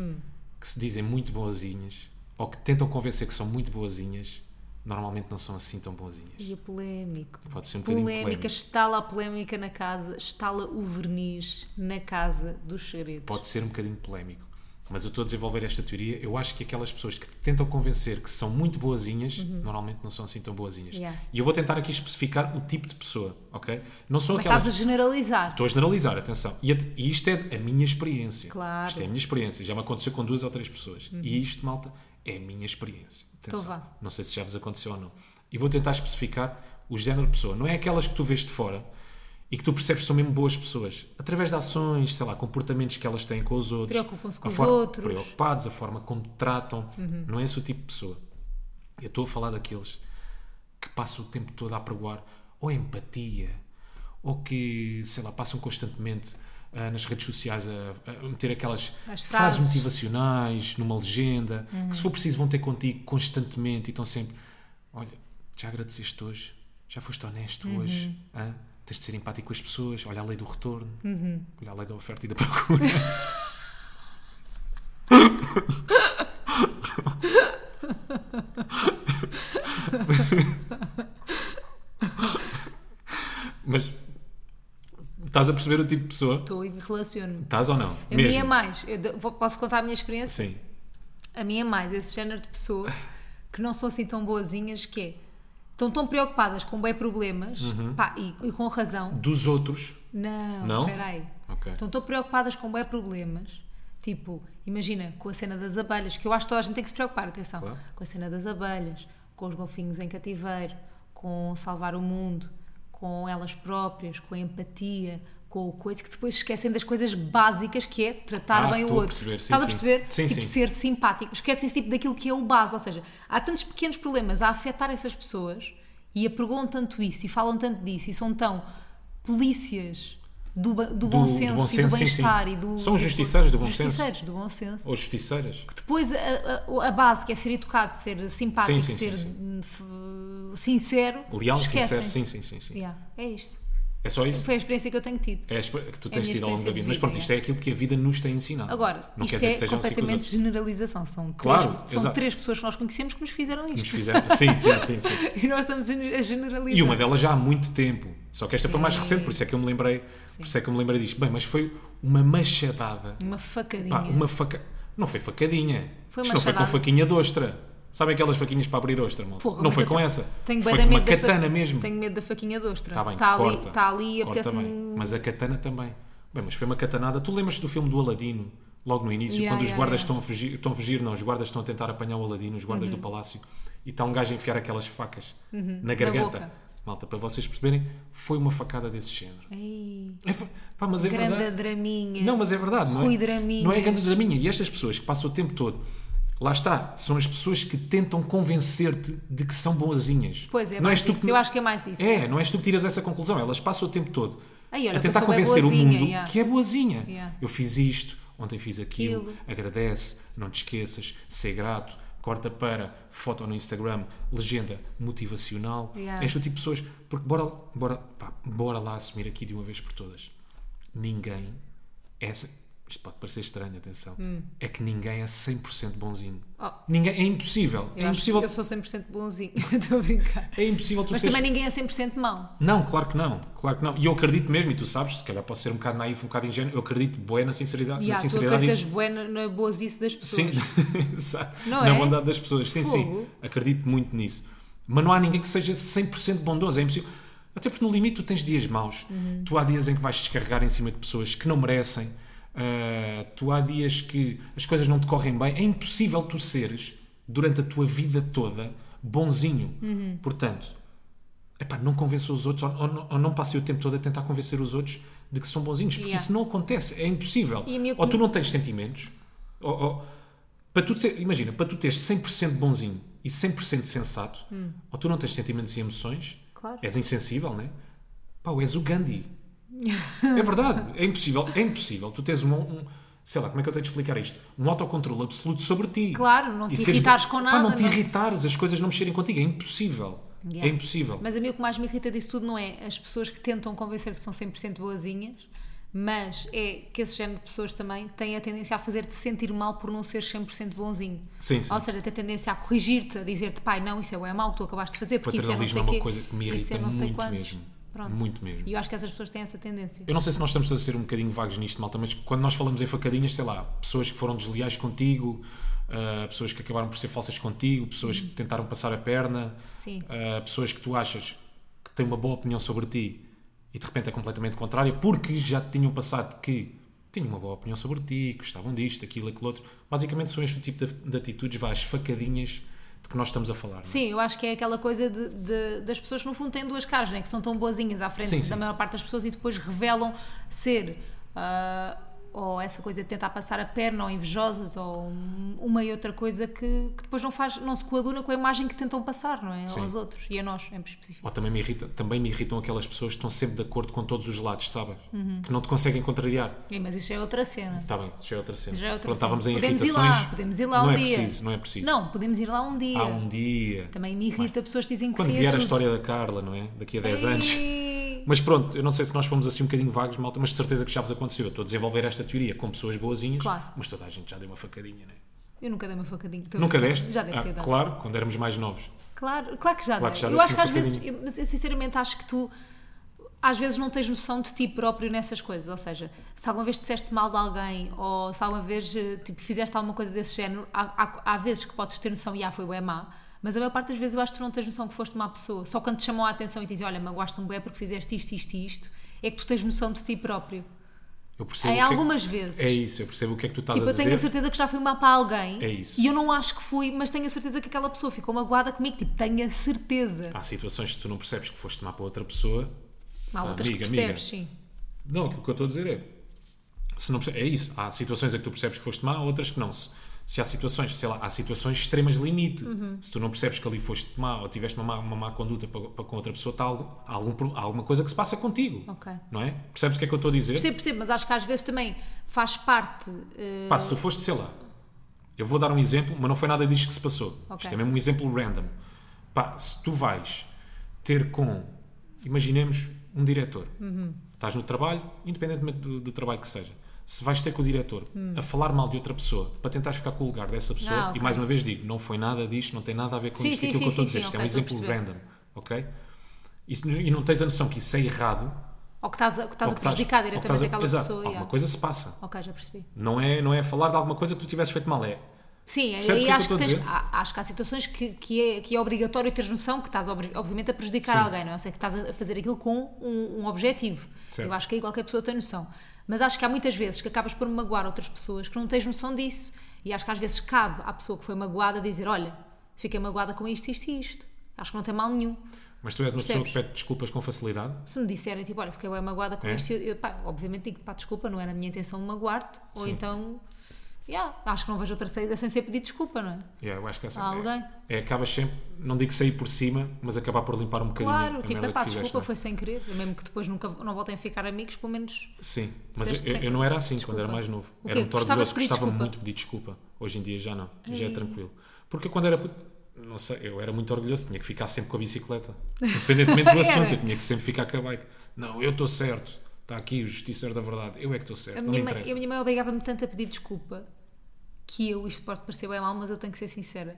[SPEAKER 1] que se dizem muito boazinhas ou que tentam convencer que são muito boazinhas normalmente não são assim tão boazinhas.
[SPEAKER 2] E é polémico.
[SPEAKER 1] Pode ser um bocadinho
[SPEAKER 2] polémica,
[SPEAKER 1] polémico.
[SPEAKER 2] estala a polémica na casa, estala o verniz na casa dos segredos.
[SPEAKER 1] pode ser um bocadinho polémico, mas eu estou a desenvolver esta teoria. Eu acho que aquelas pessoas que te tentam convencer que são muito boazinhas, normalmente não são assim tão boazinhas.
[SPEAKER 2] Uhum. Yeah.
[SPEAKER 1] E eu vou tentar aqui especificar o tipo de pessoa, ok? Não são
[SPEAKER 2] Mas
[SPEAKER 1] aquelas.
[SPEAKER 2] estás a generalizar.
[SPEAKER 1] Estou a generalizar, atenção. E, at- e isto é a minha experiência.
[SPEAKER 2] Claro. Uhum.
[SPEAKER 1] Isto é a minha experiência. Já me aconteceu com duas ou três pessoas. E isto, malta, é a minha experiência. Atenção.
[SPEAKER 2] Então vá.
[SPEAKER 1] Não sei se já vos aconteceu ou não. E vou tentar especificar o género de pessoa. Não é aquelas que tu vês de fora e que tu percebes que são mesmo boas pessoas. Através de ações, sei lá, comportamentos que elas têm com os outros.
[SPEAKER 2] Preocupam-se com
[SPEAKER 1] a
[SPEAKER 2] os
[SPEAKER 1] forma-
[SPEAKER 2] outros. Uhum.
[SPEAKER 1] Preocupados, a forma como te tratam. Não é esse o tipo de pessoa. Eu estou a falar daqueles que passam o tempo todo a pregoar ou empatia, ou que, sei lá, passam constantemente ah, nas redes sociais a, a meter aquelas
[SPEAKER 2] As
[SPEAKER 1] frases.
[SPEAKER 2] frases. Uhum.
[SPEAKER 1] motivacionais numa legenda, que se for preciso vão ter contigo constantemente e estão sempre: olha, já agradeceste hoje, já foste honesto
[SPEAKER 2] Uhum.
[SPEAKER 1] hoje, hã? tens de ser empático com as pessoas, olha a lei do retorno,
[SPEAKER 2] Uhum.
[SPEAKER 1] olha a lei da oferta e da procura. Mas estás a perceber o tipo de pessoa?
[SPEAKER 2] Estou e relaciono-me.
[SPEAKER 1] Estás ou não?
[SPEAKER 2] A minha é mais. Eu dou- vou- posso contar a minha experiência?
[SPEAKER 1] Sim.
[SPEAKER 2] A minha é mais esse género de pessoa que não são assim tão boazinhas que é. Estão tão preocupadas com bem problemas pá, e, e com razão.
[SPEAKER 1] Dos outros.
[SPEAKER 2] Não,
[SPEAKER 1] Uhum. Não?
[SPEAKER 2] peraí.
[SPEAKER 1] Ok.
[SPEAKER 2] Então estou preocupadas com bué problemas. Tipo, imagina, com a cena das abelhas, que eu acho que toda a gente tem que se preocupar, atenção.
[SPEAKER 1] Claro.
[SPEAKER 2] Com a cena das abelhas, com os golfinhos em cativeiro, com salvar o mundo, com elas próprias, com a empatia, com o coisa que depois esquecem das coisas básicas que é tratar
[SPEAKER 1] Ah,
[SPEAKER 2] bem o
[SPEAKER 1] estou a
[SPEAKER 2] outro.
[SPEAKER 1] perceber, sim,
[SPEAKER 2] Estás a
[SPEAKER 1] sim.
[SPEAKER 2] perceber?
[SPEAKER 1] Sim,
[SPEAKER 2] tipo,
[SPEAKER 1] sim.
[SPEAKER 2] ser simpático. Esquecem-se tipo, daquilo que é o base. Ou seja, há tantos pequenos problemas a afetar essas pessoas e apregoam tanto isso e falam tanto disso e são tão polícias do, ba- do bom senso e do
[SPEAKER 1] sim, sim.
[SPEAKER 2] bem-estar e do.
[SPEAKER 1] São
[SPEAKER 2] do-
[SPEAKER 1] justiceiros do bom senso.
[SPEAKER 2] justiceiros do bom senso.
[SPEAKER 1] Ou justiceiras.
[SPEAKER 2] Que depois a, a- a base, que é ser educado, ser simpático,
[SPEAKER 1] Sim, sim,
[SPEAKER 2] ser hum,
[SPEAKER 1] sim,
[SPEAKER 2] f- sincero.
[SPEAKER 1] Leal, sincero.
[SPEAKER 2] esquecem-se.
[SPEAKER 1] Sim, sim, sim. sim.
[SPEAKER 2] Yeah, é isto.
[SPEAKER 1] É só isso?
[SPEAKER 2] Foi a experiência que eu tenho tido.
[SPEAKER 1] É a exper- que tu
[SPEAKER 2] minha
[SPEAKER 1] tens tido ao longo
[SPEAKER 2] experiência
[SPEAKER 1] da
[SPEAKER 2] de
[SPEAKER 1] vida. Mas
[SPEAKER 2] vida,
[SPEAKER 1] pronto, isto é aquilo que a vida nos tem ensinado.
[SPEAKER 2] Agora,
[SPEAKER 1] não
[SPEAKER 2] isto
[SPEAKER 1] quer dizer
[SPEAKER 2] é
[SPEAKER 1] que sejam
[SPEAKER 2] completamente
[SPEAKER 1] completamente
[SPEAKER 2] generalização. São, três,
[SPEAKER 1] Claro,
[SPEAKER 2] são
[SPEAKER 1] exato.
[SPEAKER 2] três pessoas que nós conhecemos que nos fizeram isto.
[SPEAKER 1] nos fizeram. sim, sim, sim, sim.
[SPEAKER 2] E nós estamos a generalizar.
[SPEAKER 1] E uma delas já há muito tempo. Só que esta foi mais
[SPEAKER 2] Sim.
[SPEAKER 1] recente, por isso é que eu me lembrei, por isso é que eu me lembrei disto. Bem, mas foi uma machadada.
[SPEAKER 2] Uma facadinha.
[SPEAKER 1] Pá, uma faca. Não foi facadinha.
[SPEAKER 2] Foi
[SPEAKER 1] Isto não foi com
[SPEAKER 2] machadada.
[SPEAKER 1] faquinha de ostra. Sabem aquelas faquinhas para abrir ostra, malta?
[SPEAKER 2] Porra,
[SPEAKER 1] não
[SPEAKER 2] mas
[SPEAKER 1] foi
[SPEAKER 2] eu
[SPEAKER 1] com
[SPEAKER 2] te-
[SPEAKER 1] essa.
[SPEAKER 2] Tenho
[SPEAKER 1] foi
[SPEAKER 2] bué da
[SPEAKER 1] com uma
[SPEAKER 2] medo da fa-
[SPEAKER 1] katana mesmo.
[SPEAKER 2] Tenho medo da faquinha de ostra.
[SPEAKER 1] Está Tá bem,
[SPEAKER 2] Tá ali,
[SPEAKER 1] corta.
[SPEAKER 2] Está ali assim- e
[SPEAKER 1] Corta
[SPEAKER 2] apetece-me-
[SPEAKER 1] bem. Mas a katana também. Bem, mas foi uma katanada. Tu lembras-te do filme do Aladino? Logo no início,
[SPEAKER 2] Yeah,
[SPEAKER 1] quando os
[SPEAKER 2] yeah,
[SPEAKER 1] guardas
[SPEAKER 2] yeah. Uhum.
[SPEAKER 1] estão a fugir, estão a fugir, não, os guardas estão a tentar apanhar o Aladino, os guardas do palácio, e está um gajo a enfiar aquelas facas na garganta.
[SPEAKER 2] boca.
[SPEAKER 1] Malta, para vocês perceberem, foi uma facada desse género.
[SPEAKER 2] Ei,
[SPEAKER 1] É fa- pá, mas é
[SPEAKER 2] grande
[SPEAKER 1] verdade.
[SPEAKER 2] draminha.
[SPEAKER 1] Não, mas é verdade, não é?
[SPEAKER 2] Rui Draminhas.
[SPEAKER 1] Não é grande draminha. E estas pessoas que passam o tempo todo, lá está, são as pessoas que tentam convencer-te de que são boazinhas.
[SPEAKER 2] Pois é,
[SPEAKER 1] não
[SPEAKER 2] mais
[SPEAKER 1] és tu
[SPEAKER 2] isso.
[SPEAKER 1] que-
[SPEAKER 2] Eu acho que é mais isso.
[SPEAKER 1] é, não és tu que tiras essa conclusão. Elas passam o tempo todo
[SPEAKER 2] Ai, olha,
[SPEAKER 1] a tentar
[SPEAKER 2] a pessoa é
[SPEAKER 1] convencer o
[SPEAKER 2] boazinha,
[SPEAKER 1] mundo
[SPEAKER 2] yeah.
[SPEAKER 1] que é boazinha.
[SPEAKER 2] Yeah.
[SPEAKER 1] Eu fiz isto, ontem fiz aquilo,
[SPEAKER 2] Aquilo.
[SPEAKER 1] agradece, não te esqueças, ser grato, corta para foto no Instagram, legenda motivacional.
[SPEAKER 2] Yeah.
[SPEAKER 1] És o tipo de pessoas. Porque bora, bora, pá, bora lá assumir aqui de uma vez por todas. Ninguém é. c- Isto pode parecer estranho, atenção. É que ninguém é 100% bonzinho.
[SPEAKER 2] Hum. Oh.
[SPEAKER 1] Ninguém, é impossível.
[SPEAKER 2] Eu
[SPEAKER 1] é
[SPEAKER 2] acho
[SPEAKER 1] impossível.
[SPEAKER 2] que eu sou 100% bonzinho. Estou a brincar.
[SPEAKER 1] É impossível tu
[SPEAKER 2] Mas
[SPEAKER 1] seres
[SPEAKER 2] também ninguém é 100% mau.
[SPEAKER 1] não, claro que não, claro que não. E eu acredito mesmo, e tu sabes, se calhar posso ser um bocado naif, um bocado ingênuo, eu acredito bué na sinceridade.
[SPEAKER 2] E
[SPEAKER 1] na
[SPEAKER 2] há, tu
[SPEAKER 1] sinceridade
[SPEAKER 2] acreditas bué na, na boazice das pessoas.
[SPEAKER 1] Sim, exato.
[SPEAKER 2] Não
[SPEAKER 1] na
[SPEAKER 2] é?
[SPEAKER 1] bondade das pessoas. Sim,
[SPEAKER 2] Fogo.
[SPEAKER 1] sim, acredito muito nisso. Mas não há ninguém que seja 100% bondoso, é impossível. Até porque no limite tu tens dias maus.
[SPEAKER 2] Uhum.
[SPEAKER 1] Tu há dias em que vais descarregar em cima de pessoas que não merecem. Ah, tu há dias que as coisas não te correm bem. É impossível tu seres, durante a tua vida toda, bonzinho.
[SPEAKER 2] Uhum.
[SPEAKER 1] Portanto, Epá, não convença os outros, ou, ou não- ou não passei o tempo todo a tentar convencer os outros de que são bonzinhos, porque
[SPEAKER 2] Yeah.
[SPEAKER 1] isso não acontece, é impossível.
[SPEAKER 2] E a minha
[SPEAKER 1] Ou tu
[SPEAKER 2] opini-
[SPEAKER 1] não tens sentimentos, ou, ou- para tu ter- imagina, para tu teres 100% bonzinho e 100% sensato, ou tu não tens sentimentos e emoções,
[SPEAKER 2] Hum. Claro.
[SPEAKER 1] és insensível, né? Pá, ou és o Gandhi. é verdade, é impossível, é impossível. Tu tens um, um- sei lá, como é que eu tenho de explicar isto? Um autocontrole absoluto sobre ti.
[SPEAKER 2] Claro, não
[SPEAKER 1] E
[SPEAKER 2] te
[SPEAKER 1] seres-
[SPEAKER 2] irritares com
[SPEAKER 1] Pá,
[SPEAKER 2] nada,
[SPEAKER 1] não te
[SPEAKER 2] não te-
[SPEAKER 1] irritares, as coisas não mexerem contigo, é impossível.
[SPEAKER 2] Yeah.
[SPEAKER 1] É impossível.
[SPEAKER 2] Mas a mim o que mais me irrita disso tudo não é as pessoas que tentam convencer que são 100% boazinhas, mas é que esse género de pessoas também têm a tendência a fazer-te sentir mal por não ser 100% bonzinho.
[SPEAKER 1] Sim, sim.
[SPEAKER 2] Ou seja, tem a tendência a corrigir-te, a dizer-te, pai, não, isso é bué mau que tu acabaste de fazer, porque isso é não
[SPEAKER 1] Paternalismo
[SPEAKER 2] sei
[SPEAKER 1] é uma
[SPEAKER 2] quê,
[SPEAKER 1] coisa que me
[SPEAKER 2] isso é
[SPEAKER 1] irrita
[SPEAKER 2] não sei
[SPEAKER 1] muito
[SPEAKER 2] quantos."
[SPEAKER 1] mesmo.
[SPEAKER 2] Pronto.
[SPEAKER 1] Muito mesmo.
[SPEAKER 2] E eu acho que essas pessoas têm essa tendência.
[SPEAKER 1] Eu não sei se nós estamos a ser um bocadinho vagos nisto, malta, mas quando nós falamos em facadinhas, sei lá, pessoas que foram desleais contigo, ah, pessoas que acabaram por ser falsas contigo, pessoas que tentaram passar a perna,
[SPEAKER 2] Sim.
[SPEAKER 1] ah, pessoas que tu achas que têm uma boa opinião sobre ti e de repente é completamente contrária, porque já te tinham passado que tinham uma boa opinião sobre ti, gostavam disto, daquilo, aquilo outro. Basicamente são este o tipo de, de atitudes, vá, as facadinhas de que nós estamos a falar. não é?
[SPEAKER 2] Sim, eu acho que é aquela coisa de, de- das pessoas que no fundo têm duas caras, né? que são tão boazinhas à frente
[SPEAKER 1] Sim,
[SPEAKER 2] da
[SPEAKER 1] sim.
[SPEAKER 2] maior parte das pessoas e depois revelam ser ah, ou essa coisa de tentar passar a perna ou invejosas ou um- uma e outra coisa que, que depois não, faz, não se coaduna com a imagem que tentam passar não é?
[SPEAKER 1] Sim.
[SPEAKER 2] aos outros e a nós, em específico.
[SPEAKER 1] Ou também me, irrita, também me irritam aquelas pessoas que estão sempre de acordo com todos os lados, sabem?
[SPEAKER 2] Uhum.
[SPEAKER 1] Que não te conseguem contrariar.
[SPEAKER 2] Ih, mas isto é outra cena.
[SPEAKER 1] Está bem, isso já é outra cena.
[SPEAKER 2] Já é outra
[SPEAKER 1] Pronto, estávamos em
[SPEAKER 2] cena. Podemos ir lá,
[SPEAKER 1] irritações.
[SPEAKER 2] podemos ir lá
[SPEAKER 1] não
[SPEAKER 2] um
[SPEAKER 1] é
[SPEAKER 2] dia.
[SPEAKER 1] preciso, não é preciso.
[SPEAKER 2] Não, podemos ir lá um dia.
[SPEAKER 1] Há um dia.
[SPEAKER 2] Também me irrita pessoas que dizem que
[SPEAKER 1] Quando
[SPEAKER 2] sim a
[SPEAKER 1] vier a
[SPEAKER 2] tudo.
[SPEAKER 1] história da Carla, não é? Daqui a 10 anos.
[SPEAKER 2] Ei!
[SPEAKER 1] Mas pronto, eu não sei se nós fomos assim um bocadinho vagos, malta, mas de certeza que já vos aconteceu. Eu estou a desenvolver esta teoria com pessoas boazinhas,
[SPEAKER 2] Claro.
[SPEAKER 1] mas toda a gente já deu uma facadinha, não é?
[SPEAKER 2] Eu nunca dei uma facadinha. Tô a
[SPEAKER 1] Nunca
[SPEAKER 2] brincar.
[SPEAKER 1] deste?
[SPEAKER 2] Já deve
[SPEAKER 1] Ah,
[SPEAKER 2] ter dado.
[SPEAKER 1] Claro, quando éramos mais novos.
[SPEAKER 2] Claro, claro que já
[SPEAKER 1] Claro que já
[SPEAKER 2] dei. Eu
[SPEAKER 1] deste
[SPEAKER 2] acho que às
[SPEAKER 1] um
[SPEAKER 2] vezes,
[SPEAKER 1] bocadinho.
[SPEAKER 2] eu- mas eu sinceramente acho que tu às vezes não tens noção de ti próprio nessas coisas. Ou seja, se alguma vez disseste mal de alguém ou se alguma vez eh, tipo, fizeste alguma coisa desse género, há, há- há vezes que podes ter noção e ah, foi bué má. Mas a maior parte das vezes eu acho que tu não tens noção que foste má pessoa. Só quando te chamam a atenção e te dizem, olha, magoaste-me bué porque fizeste isto, isto e isto, é que tu tens noção de ti próprio.
[SPEAKER 1] Eu percebo.
[SPEAKER 2] Em
[SPEAKER 1] o que é que-
[SPEAKER 2] algumas vezes.
[SPEAKER 1] É isso, eu percebo o que é que tu estás
[SPEAKER 2] Tipo,
[SPEAKER 1] a
[SPEAKER 2] eu
[SPEAKER 1] dizer.
[SPEAKER 2] tenho a certeza que já fui má para alguém
[SPEAKER 1] É isso.
[SPEAKER 2] e eu não acho que fui, mas tenho a certeza que aquela pessoa ficou magoada comigo. Tipo, tenho a certeza.
[SPEAKER 1] Ah, Há situações que tu não percebes que foste má para outra pessoa.
[SPEAKER 2] Há
[SPEAKER 1] Ah,
[SPEAKER 2] outras que
[SPEAKER 1] amiga,
[SPEAKER 2] percebes, sim.
[SPEAKER 1] Não, aquilo que eu estou a dizer é. Se não perce- é isso. Há situações em que tu percebes que foste má, outras que não. Se, se há situações, sei lá, há situações extremas de limite. Se tu não percebes que ali foste má ou tiveste uma má, uma má conduta para, para com outra pessoa, está algo- há, algum, pro- há alguma coisa que se passa contigo.
[SPEAKER 2] Ok.
[SPEAKER 1] Não é? Percebes o que é que eu estou a dizer?
[SPEAKER 2] Percebo, percebo, mas acho que às vezes também faz parte. eh,
[SPEAKER 1] Pá, se tu foste, sei lá, eu vou dar um exemplo, mas não foi nada disto que se passou.
[SPEAKER 2] Ok.
[SPEAKER 1] Isto é mesmo um exemplo random. Pá, se tu vais ter com, imaginemos, um diretor.
[SPEAKER 2] Uhum.
[SPEAKER 1] Estás no trabalho, independentemente do, do trabalho que seja. Se vais ter com o diretor a falar mal de outra pessoa para tentar ficar com o lugar dessa pessoa,
[SPEAKER 2] Ah, ok.
[SPEAKER 1] e mais uma vez digo, não foi nada disto, não tem nada a ver com
[SPEAKER 2] Sim,
[SPEAKER 1] isto,
[SPEAKER 2] sim,
[SPEAKER 1] aquilo que eu
[SPEAKER 2] sim,
[SPEAKER 1] estou a
[SPEAKER 2] sim,
[SPEAKER 1] dizer.
[SPEAKER 2] sim,
[SPEAKER 1] isto é um
[SPEAKER 2] ok, estou a
[SPEAKER 1] exemplo
[SPEAKER 2] perceber.
[SPEAKER 1] random, ok? Isso- e não tens a noção que isso é errado.
[SPEAKER 2] Ou que estás a, que estás
[SPEAKER 1] ou
[SPEAKER 2] a
[SPEAKER 1] que estás-
[SPEAKER 2] prejudicar
[SPEAKER 1] ou que
[SPEAKER 2] diretamente
[SPEAKER 1] estás a-
[SPEAKER 2] aquela
[SPEAKER 1] Exato,
[SPEAKER 2] pessoa.
[SPEAKER 1] Alguma
[SPEAKER 2] yeah.
[SPEAKER 1] coisa se passa.
[SPEAKER 2] Ok, já percebi.
[SPEAKER 1] Não é, não é falar de alguma coisa que tu tivesse feito mal, é
[SPEAKER 2] Sim,
[SPEAKER 1] Percebes o que é
[SPEAKER 2] aí
[SPEAKER 1] que
[SPEAKER 2] acho
[SPEAKER 1] eu
[SPEAKER 2] que,
[SPEAKER 1] estou a
[SPEAKER 2] tens,
[SPEAKER 1] dizer?
[SPEAKER 2] há- acho que há situações que, que, é, que é obrigatório teres noção que estás, obri- obviamente, a prejudicar
[SPEAKER 1] Sim.
[SPEAKER 2] alguém, não é? Ou seja, que estás a fazer aquilo com um, um objetivo.
[SPEAKER 1] Certo.
[SPEAKER 2] Eu acho que aí qualquer pessoa tem noção. Mas acho que há muitas vezes que acabas por magoar outras pessoas que não tens noção disso. E acho que às vezes cabe à pessoa que foi magoada dizer: Olha, fiquei magoada com isto, isto e isto. Acho que não tem mal nenhum.
[SPEAKER 1] Mas tu és uma pessoa
[SPEAKER 2] Percebes?
[SPEAKER 1] que pede desculpas com facilidade?
[SPEAKER 2] Se me disserem, tipo, olha, fiquei bem magoada com
[SPEAKER 1] É?
[SPEAKER 2] isto, eu, eu, pá, obviamente digo, pá, desculpa, não era a minha intenção magoar-te. Ou
[SPEAKER 1] Sim.
[SPEAKER 2] então, yeah, acho que não vejo outra saída sem ser pedir desculpa, não é?
[SPEAKER 1] Yeah, eu acho que essa
[SPEAKER 2] Há
[SPEAKER 1] é,
[SPEAKER 2] alguém?
[SPEAKER 1] É, acabas sempre, não digo sair por cima, mas acabar por limpar um bocadinho
[SPEAKER 2] Claro,
[SPEAKER 1] a
[SPEAKER 2] tipo,
[SPEAKER 1] merda
[SPEAKER 2] epá,
[SPEAKER 1] que fizeste.
[SPEAKER 2] desculpa,
[SPEAKER 1] não é?
[SPEAKER 2] foi sem querer. Mesmo que depois nunca não voltem a ficar amigos, pelo menos.
[SPEAKER 1] Sim, mas eu,
[SPEAKER 2] Disseste
[SPEAKER 1] eu-
[SPEAKER 2] sem-
[SPEAKER 1] eu não era assim
[SPEAKER 2] desculpa.
[SPEAKER 1] quando era mais novo.
[SPEAKER 2] O
[SPEAKER 1] Era
[SPEAKER 2] quê?
[SPEAKER 1] muito
[SPEAKER 2] Gostava de
[SPEAKER 1] orgulhoso,
[SPEAKER 2] pedir
[SPEAKER 1] gostava
[SPEAKER 2] desculpa?
[SPEAKER 1] muito de pedir desculpa. Hoje em dia já não, já é tranquilo. Porque quando era puto, não sei, eu era muito orgulhoso, tinha que ficar sempre com a bicicleta. Independentemente do assunto,
[SPEAKER 2] Era.
[SPEAKER 1] eu tinha que sempre ficar com a bike. Não, eu estou certo, está aqui o justiceiro da verdade, eu é que estou certo,
[SPEAKER 2] A
[SPEAKER 1] não me
[SPEAKER 2] minha, mãe,
[SPEAKER 1] interessa.
[SPEAKER 2] a minha mãe obrigava-me tanto a pedir desculpa que eu, isto pode parecer bem mal, mas eu tenho que ser sincera.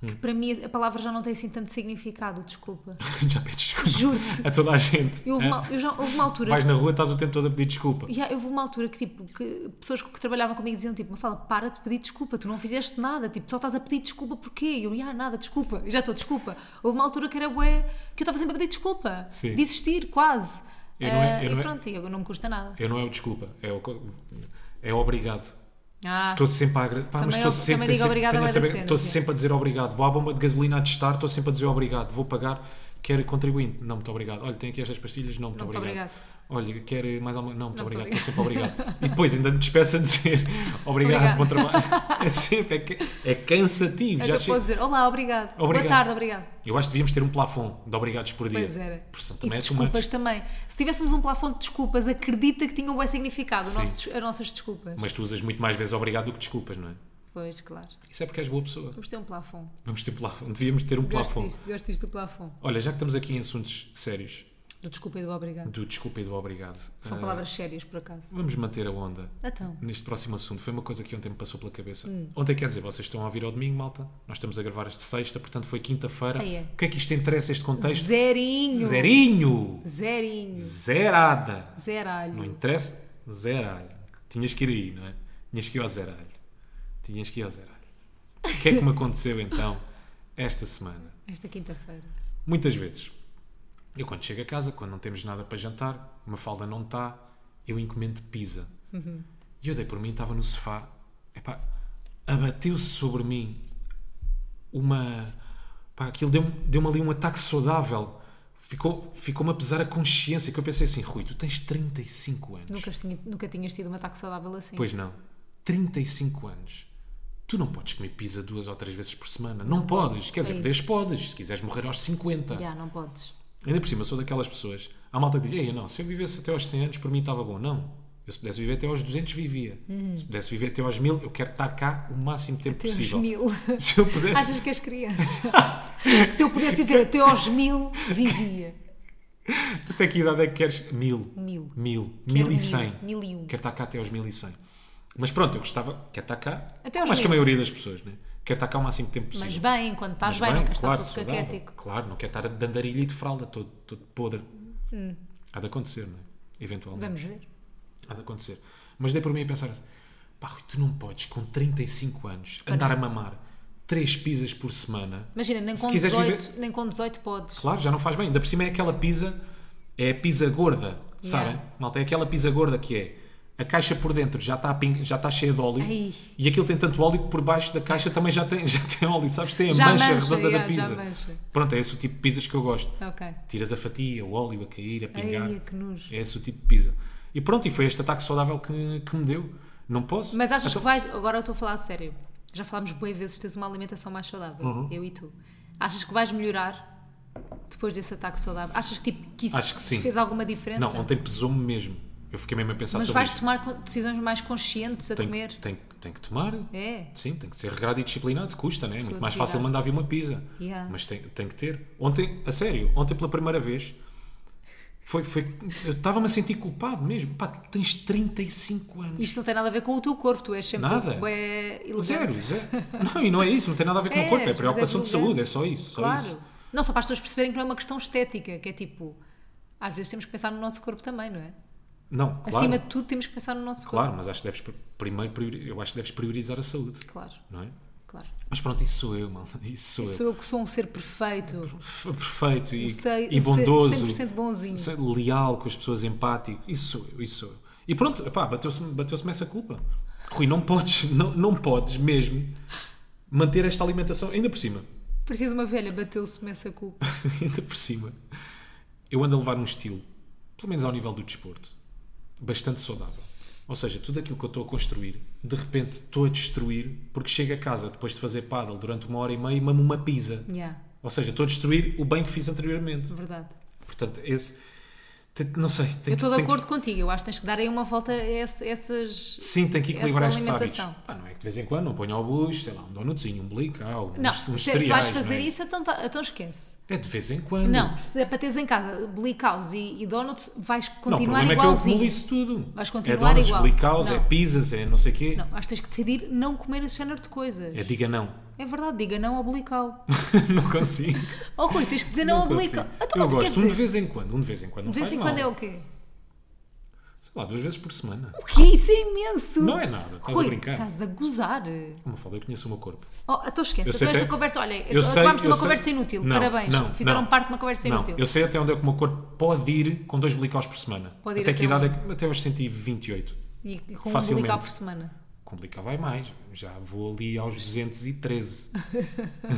[SPEAKER 1] Hum.
[SPEAKER 2] Que para mim a palavra já não tem assim tanto significado, desculpa.
[SPEAKER 1] já pedes desculpa
[SPEAKER 2] Juro-te.
[SPEAKER 1] a toda a gente.
[SPEAKER 2] Eu houve,
[SPEAKER 1] Hã?
[SPEAKER 2] uma, eu já, houve uma altura.
[SPEAKER 1] Vais na rua, estás o tempo todo a pedir desculpa.
[SPEAKER 2] Yeah, houve uma altura que, tipo, que pessoas que trabalhavam comigo diziam, tipo, fala, para de pedir desculpa, tu não fizeste nada, tipo, só estás a pedir desculpa porquê? E eu, ah, nada, desculpa, eu já estou, desculpa. Houve uma altura que era bué, que eu estava sempre a pedir desculpa,
[SPEAKER 1] Sim.
[SPEAKER 2] desistir, quase.
[SPEAKER 1] Eu não é-
[SPEAKER 2] Ah,
[SPEAKER 1] eu
[SPEAKER 2] e
[SPEAKER 1] não é-
[SPEAKER 2] pronto, e eu- não me custa nada.
[SPEAKER 1] Eu não é o desculpa, é o co- é obrigado.
[SPEAKER 2] Ah,
[SPEAKER 1] Estou sempre a agra- pá, mas
[SPEAKER 2] Também
[SPEAKER 1] estou
[SPEAKER 2] eu-
[SPEAKER 1] sempre,
[SPEAKER 2] também
[SPEAKER 1] tenho
[SPEAKER 2] digo
[SPEAKER 1] sempre-
[SPEAKER 2] obrigado
[SPEAKER 1] tenho
[SPEAKER 2] a
[SPEAKER 1] essa
[SPEAKER 2] bué da
[SPEAKER 1] be-
[SPEAKER 2] cena,
[SPEAKER 1] estou
[SPEAKER 2] sim.
[SPEAKER 1] sempre a dizer obrigado. Vou à bomba de gasolina a testar, estou sempre a dizer obrigado. Vou pagar, quer contribuinte? Não, muito obrigado. Olha, tem aqui estas pastilhas? Não, muito,
[SPEAKER 2] Não, muito
[SPEAKER 1] obrigado.
[SPEAKER 2] obrigado.
[SPEAKER 1] Olha, quer mais alguma? Não, muito
[SPEAKER 2] Não, muito
[SPEAKER 1] obrigado. Estou sempre obrigado. E depois ainda me despeço a dizer obrigado,
[SPEAKER 2] Obrigado.
[SPEAKER 1] bom trabalho. É sempre, é, ca- é cansativo.
[SPEAKER 2] então
[SPEAKER 1] Já
[SPEAKER 2] posso
[SPEAKER 1] chego.
[SPEAKER 2] dizer, olá, obrigado.
[SPEAKER 1] Obrigado.
[SPEAKER 2] Boa tarde, obrigado.
[SPEAKER 1] Eu acho que devíamos ter um plafond de obrigados por dia.
[SPEAKER 2] Pois era.
[SPEAKER 1] Porque senão
[SPEAKER 2] E
[SPEAKER 1] também é too much.
[SPEAKER 2] desculpas também. Se tivéssemos um plafond de desculpas, acredita que tinham um bom significado, o
[SPEAKER 1] Sim.
[SPEAKER 2] nosso des- as nossas desculpas.
[SPEAKER 1] Mas tu usas muito mais vezes obrigado do que desculpas, não é?
[SPEAKER 2] Pois, claro.
[SPEAKER 1] Isso é porque és boa pessoa.
[SPEAKER 2] Vamos ter um plafond.
[SPEAKER 1] Vamos ter plafond. Devíamos ter um
[SPEAKER 2] Gosto
[SPEAKER 1] plafond.
[SPEAKER 2] disto, gosto disto do plafond.
[SPEAKER 1] Olha, já que estamos aqui em assuntos sérios,
[SPEAKER 2] Do desculpa e do obrigado.
[SPEAKER 1] do desculpa e do obrigado,
[SPEAKER 2] São
[SPEAKER 1] ah,
[SPEAKER 2] palavras sérias, por acaso.
[SPEAKER 1] vamos manter a onda
[SPEAKER 2] Então,
[SPEAKER 1] neste próximo assunto. Foi uma coisa que ontem me passou pela cabeça.
[SPEAKER 2] Hum.
[SPEAKER 1] Ontem, quer dizer, vocês estão a ouvir ao domingo, malta. Nós estamos a gravar este sexta, portanto foi quinta-feira.
[SPEAKER 2] Ah, é.
[SPEAKER 1] O que é que isto interessa, este contexto?
[SPEAKER 2] zerinho.
[SPEAKER 1] Zerinho!
[SPEAKER 2] Zerinho.
[SPEAKER 1] Zerada! Não
[SPEAKER 2] Zeralho.
[SPEAKER 1] interessa, zeralho. Tinhas que ir aí, não é? Tinhas que ir ao zeralho. Tinhas que ir ao zeralho. O que é que me aconteceu então esta semana?
[SPEAKER 2] Esta quinta-feira.
[SPEAKER 1] Muitas vezes. Eu quando chego a casa, quando não temos nada para jantar, uma falda não está, eu encomendo pizza. E eu dei por mim, estava no sofá, epá, abateu-se sobre mim uma... Pá, aquilo deu-me deu ali um ataque saudável. Ficou- Ficou-me a pesar a consciência, que eu pensei assim, Rui, tu tens 35 anos.
[SPEAKER 2] Nunca, tinha- nunca tinhas tido um ataque saudável assim.
[SPEAKER 1] Pois não. 35 anos. Tu não podes comer pizza duas ou três vezes por semana. Não, podes. Quer dizer,
[SPEAKER 2] É
[SPEAKER 1] podes, podes. Se quiseres morrer aos 50.
[SPEAKER 2] Já, não podes.
[SPEAKER 1] Ainda por cima, sou daquelas pessoas. Há malta que diz: Ei, não, se eu vivesse até aos 100 anos, para mim estava bom. Não. Eu, se pudesse viver até aos 200, vivia. Se pudesse viver até aos 1000, eu quero estar cá o máximo tempo
[SPEAKER 2] Uhum. Até aos
[SPEAKER 1] possível.
[SPEAKER 2] mil.
[SPEAKER 1] Se eu pudesse.
[SPEAKER 2] Achas que és criança? Se eu pudesse viver até aos mil, vivia.
[SPEAKER 1] Até que idade é que queres? 1000.
[SPEAKER 2] Mil.
[SPEAKER 1] 1000.
[SPEAKER 2] Quero
[SPEAKER 1] 1100.
[SPEAKER 2] Mil, mil e um.
[SPEAKER 1] Quero estar cá até aos 1100. Mas pronto, eu gostava. Quero estar cá.
[SPEAKER 2] Até aos
[SPEAKER 1] mais que a
[SPEAKER 2] 1000.
[SPEAKER 1] maioria das pessoas, né? Quero estar cá o máximo tempo possível.
[SPEAKER 2] Mas bem, quando estás
[SPEAKER 1] Mas
[SPEAKER 2] bem, não queres estar
[SPEAKER 1] claro,
[SPEAKER 2] todo
[SPEAKER 1] saudável.
[SPEAKER 2] caquético.
[SPEAKER 1] Claro, não quer estar de andarilho e de fralda, todo, todo podre. Há de acontecer, não é? Eventualmente.
[SPEAKER 2] Hum. Vamos ver.
[SPEAKER 1] Há de acontecer. Mas dei por mim a pensar assim: pá, Rui, tu não podes, com 35 anos, andar a mamar 3 pizzas por semana.
[SPEAKER 2] Imagina, nem
[SPEAKER 1] Se
[SPEAKER 2] com,
[SPEAKER 1] quiseres
[SPEAKER 2] 18,
[SPEAKER 1] viver-
[SPEAKER 2] nem com 18 podes.
[SPEAKER 1] Claro, já não faz bem. Ainda por cima é aquela pizza, é a pizza gorda, sabem? Malta, é aquela pizza gorda que é. A caixa por dentro já está, a ping- já está cheia de óleo
[SPEAKER 2] Ai.
[SPEAKER 1] e aquilo tem tanto óleo que por baixo da caixa também já tem, já tem óleo, sabes? Tem a
[SPEAKER 2] Já
[SPEAKER 1] mancha,
[SPEAKER 2] mancha,
[SPEAKER 1] redonda da
[SPEAKER 2] yeah, já
[SPEAKER 1] pizza.
[SPEAKER 2] mancha.
[SPEAKER 1] Pronto, é esse o tipo de pizzas que eu gosto.
[SPEAKER 2] Ok.
[SPEAKER 1] Tiras a fatia, o óleo a cair, a pingar.
[SPEAKER 2] Ai, que nojo.
[SPEAKER 1] É esse o tipo de pizza. E pronto, e foi este ataque saudável que, que me deu. Não posso.
[SPEAKER 2] Mas achas
[SPEAKER 1] Então-
[SPEAKER 2] que vais. Agora eu estou a falar a sério. Já falámos boas vezes de teres uma alimentação mais saudável.
[SPEAKER 1] Uhum.
[SPEAKER 2] Eu e tu. Achas que vais melhorar depois desse ataque saudável? Achas que, tipo, que isso
[SPEAKER 1] Acho que sim.
[SPEAKER 2] fez alguma diferença?
[SPEAKER 1] Não, ontem pesou-me mesmo. Eu fiquei mesmo a pensar
[SPEAKER 2] Mas
[SPEAKER 1] sobre
[SPEAKER 2] vais
[SPEAKER 1] isto.
[SPEAKER 2] tomar co- decisões mais conscientes a
[SPEAKER 1] Tem,
[SPEAKER 2] comer?
[SPEAKER 1] tem, tem que tomar.
[SPEAKER 2] É.
[SPEAKER 1] Sim, tem que ser regrado e disciplinado. Custa, né? É muito mais
[SPEAKER 2] atividade.
[SPEAKER 1] fácil mandar vir uma pizza.
[SPEAKER 2] Yeah.
[SPEAKER 1] Mas tem, tem que ter. Ontem, a sério, ontem pela primeira vez, foi, foi, eu estava-me a sentir culpado mesmo. Pá, tu tens 35 anos.
[SPEAKER 2] Isto não tem nada a ver com o teu corpo, tu és sempre
[SPEAKER 1] Nada.
[SPEAKER 2] bué
[SPEAKER 1] Zero,
[SPEAKER 2] elegante.
[SPEAKER 1] zero. Não, e não é isso, não tem nada a ver com
[SPEAKER 2] É,
[SPEAKER 1] o corpo, é
[SPEAKER 2] mas é
[SPEAKER 1] preocupação de
[SPEAKER 2] vulgar.
[SPEAKER 1] saúde, é só isso. Só
[SPEAKER 2] Claro.
[SPEAKER 1] isso.
[SPEAKER 2] Não, só para as pessoas perceberem que não é uma questão estética, que é tipo, às vezes temos que pensar no nosso corpo também, não é?
[SPEAKER 1] Não, claro.
[SPEAKER 2] Acima de tudo temos que pensar no nosso
[SPEAKER 1] Claro,
[SPEAKER 2] corpo.
[SPEAKER 1] mas acho que deves pri- primeiro priori- eu acho que deves priorizar a saúde,
[SPEAKER 2] Claro,
[SPEAKER 1] não é?
[SPEAKER 2] claro.
[SPEAKER 1] Mas pronto, isso sou eu, malta. Isso sou
[SPEAKER 2] Sou eu que sou um ser perfeito.
[SPEAKER 1] eu. F- Perfeito e,
[SPEAKER 2] Eu sei-
[SPEAKER 1] e
[SPEAKER 2] eu sei-
[SPEAKER 1] bondoso.
[SPEAKER 2] 100% bonzinho.
[SPEAKER 1] sei- Leal com as pessoas, empático. Isso sou eu, isso sou eu. E pronto, pá, bateu-se- bateu-se-me essa culpa. Rui, não podes, não, não podes mesmo manter esta alimentação, ainda por cima.
[SPEAKER 2] Preciso uma velha, bateu-se-me essa culpa.
[SPEAKER 1] ainda por cima, eu ando a levar um estilo, pelo menos ao nível do desporto, bastante saudável. Ou seja, tudo aquilo que eu estou a construir, de repente estou a destruir, porque chego a casa depois de fazer paddle durante uma hora e meia e mamo uma pizza.
[SPEAKER 2] yeah,
[SPEAKER 1] Ou seja, estou a destruir o bem que fiz anteriormente.
[SPEAKER 2] verdade.
[SPEAKER 1] Portanto, esse. te- Não sei, tem
[SPEAKER 2] Eu estou de
[SPEAKER 1] tem
[SPEAKER 2] acordo contigo, eu acho que tens que dar aí uma volta a esse- essas.
[SPEAKER 1] Sim, tem que equilibrar
[SPEAKER 2] Essa
[SPEAKER 1] estes hábitos.
[SPEAKER 2] alimentação.
[SPEAKER 1] Pá, não é que de vez em quando não ponho ao bucho, sei lá, um donutzinho, um blicau, uns,
[SPEAKER 2] Não,
[SPEAKER 1] uns
[SPEAKER 2] se, se
[SPEAKER 1] cereais,
[SPEAKER 2] vais
[SPEAKER 1] não é?
[SPEAKER 2] fazer isso, então, tá- então esquece.
[SPEAKER 1] É de vez em quando.
[SPEAKER 2] Não, se é para teres em casa blicaus e, e donuts, vais
[SPEAKER 1] Não, o
[SPEAKER 2] continuar
[SPEAKER 1] problema é que eu
[SPEAKER 2] igualzinho.
[SPEAKER 1] acumulo isso tudo.
[SPEAKER 2] Vais
[SPEAKER 1] é
[SPEAKER 2] continuar
[SPEAKER 1] donuts,
[SPEAKER 2] igual.
[SPEAKER 1] blicaus, é
[SPEAKER 2] Não.
[SPEAKER 1] pizzas, é não sei quê.
[SPEAKER 2] Não, acho que tens que decidir não comer esse género de coisas.
[SPEAKER 1] É diga não.
[SPEAKER 2] É verdade, diga não ao blical.
[SPEAKER 1] não consigo.
[SPEAKER 2] Oh Rui, tens que dizer não, ao
[SPEAKER 1] consigo.
[SPEAKER 2] blical. Então,
[SPEAKER 1] eu
[SPEAKER 2] mas o que quer
[SPEAKER 1] gosto um de
[SPEAKER 2] dizer?
[SPEAKER 1] vez em quando, um de vez em quando. Não
[SPEAKER 2] De vez
[SPEAKER 1] faz
[SPEAKER 2] em quando é
[SPEAKER 1] mal.
[SPEAKER 2] o quê?
[SPEAKER 1] Sei lá, duas vezes por semana.
[SPEAKER 2] O quê? Isso é imenso!
[SPEAKER 1] Não é nada, estás
[SPEAKER 2] Rui,
[SPEAKER 1] a brincar.
[SPEAKER 2] estás a gozar.
[SPEAKER 1] Como eu falo, eu conheço o meu corpo.
[SPEAKER 2] Oh, então esquece,
[SPEAKER 1] Eu
[SPEAKER 2] então
[SPEAKER 1] sei
[SPEAKER 2] esta
[SPEAKER 1] até-
[SPEAKER 2] conversa, olha,
[SPEAKER 1] Eu sei,
[SPEAKER 2] acabámos de
[SPEAKER 1] eu
[SPEAKER 2] uma
[SPEAKER 1] sei-
[SPEAKER 2] conversa inútil,
[SPEAKER 1] Não,
[SPEAKER 2] parabéns.
[SPEAKER 1] não,
[SPEAKER 2] Fizeram
[SPEAKER 1] não.
[SPEAKER 2] parte de uma conversa
[SPEAKER 1] Não,
[SPEAKER 2] inútil.
[SPEAKER 1] eu sei até onde é que o meu corpo pode ir com dois blicaus por semana.
[SPEAKER 2] Pode ir
[SPEAKER 1] até que
[SPEAKER 2] até
[SPEAKER 1] idade é que... Até aos 128.
[SPEAKER 2] E, e com um
[SPEAKER 1] Facilmente.
[SPEAKER 2] blical por semana.
[SPEAKER 1] Com blical vai mais. Já vou ali aos 213.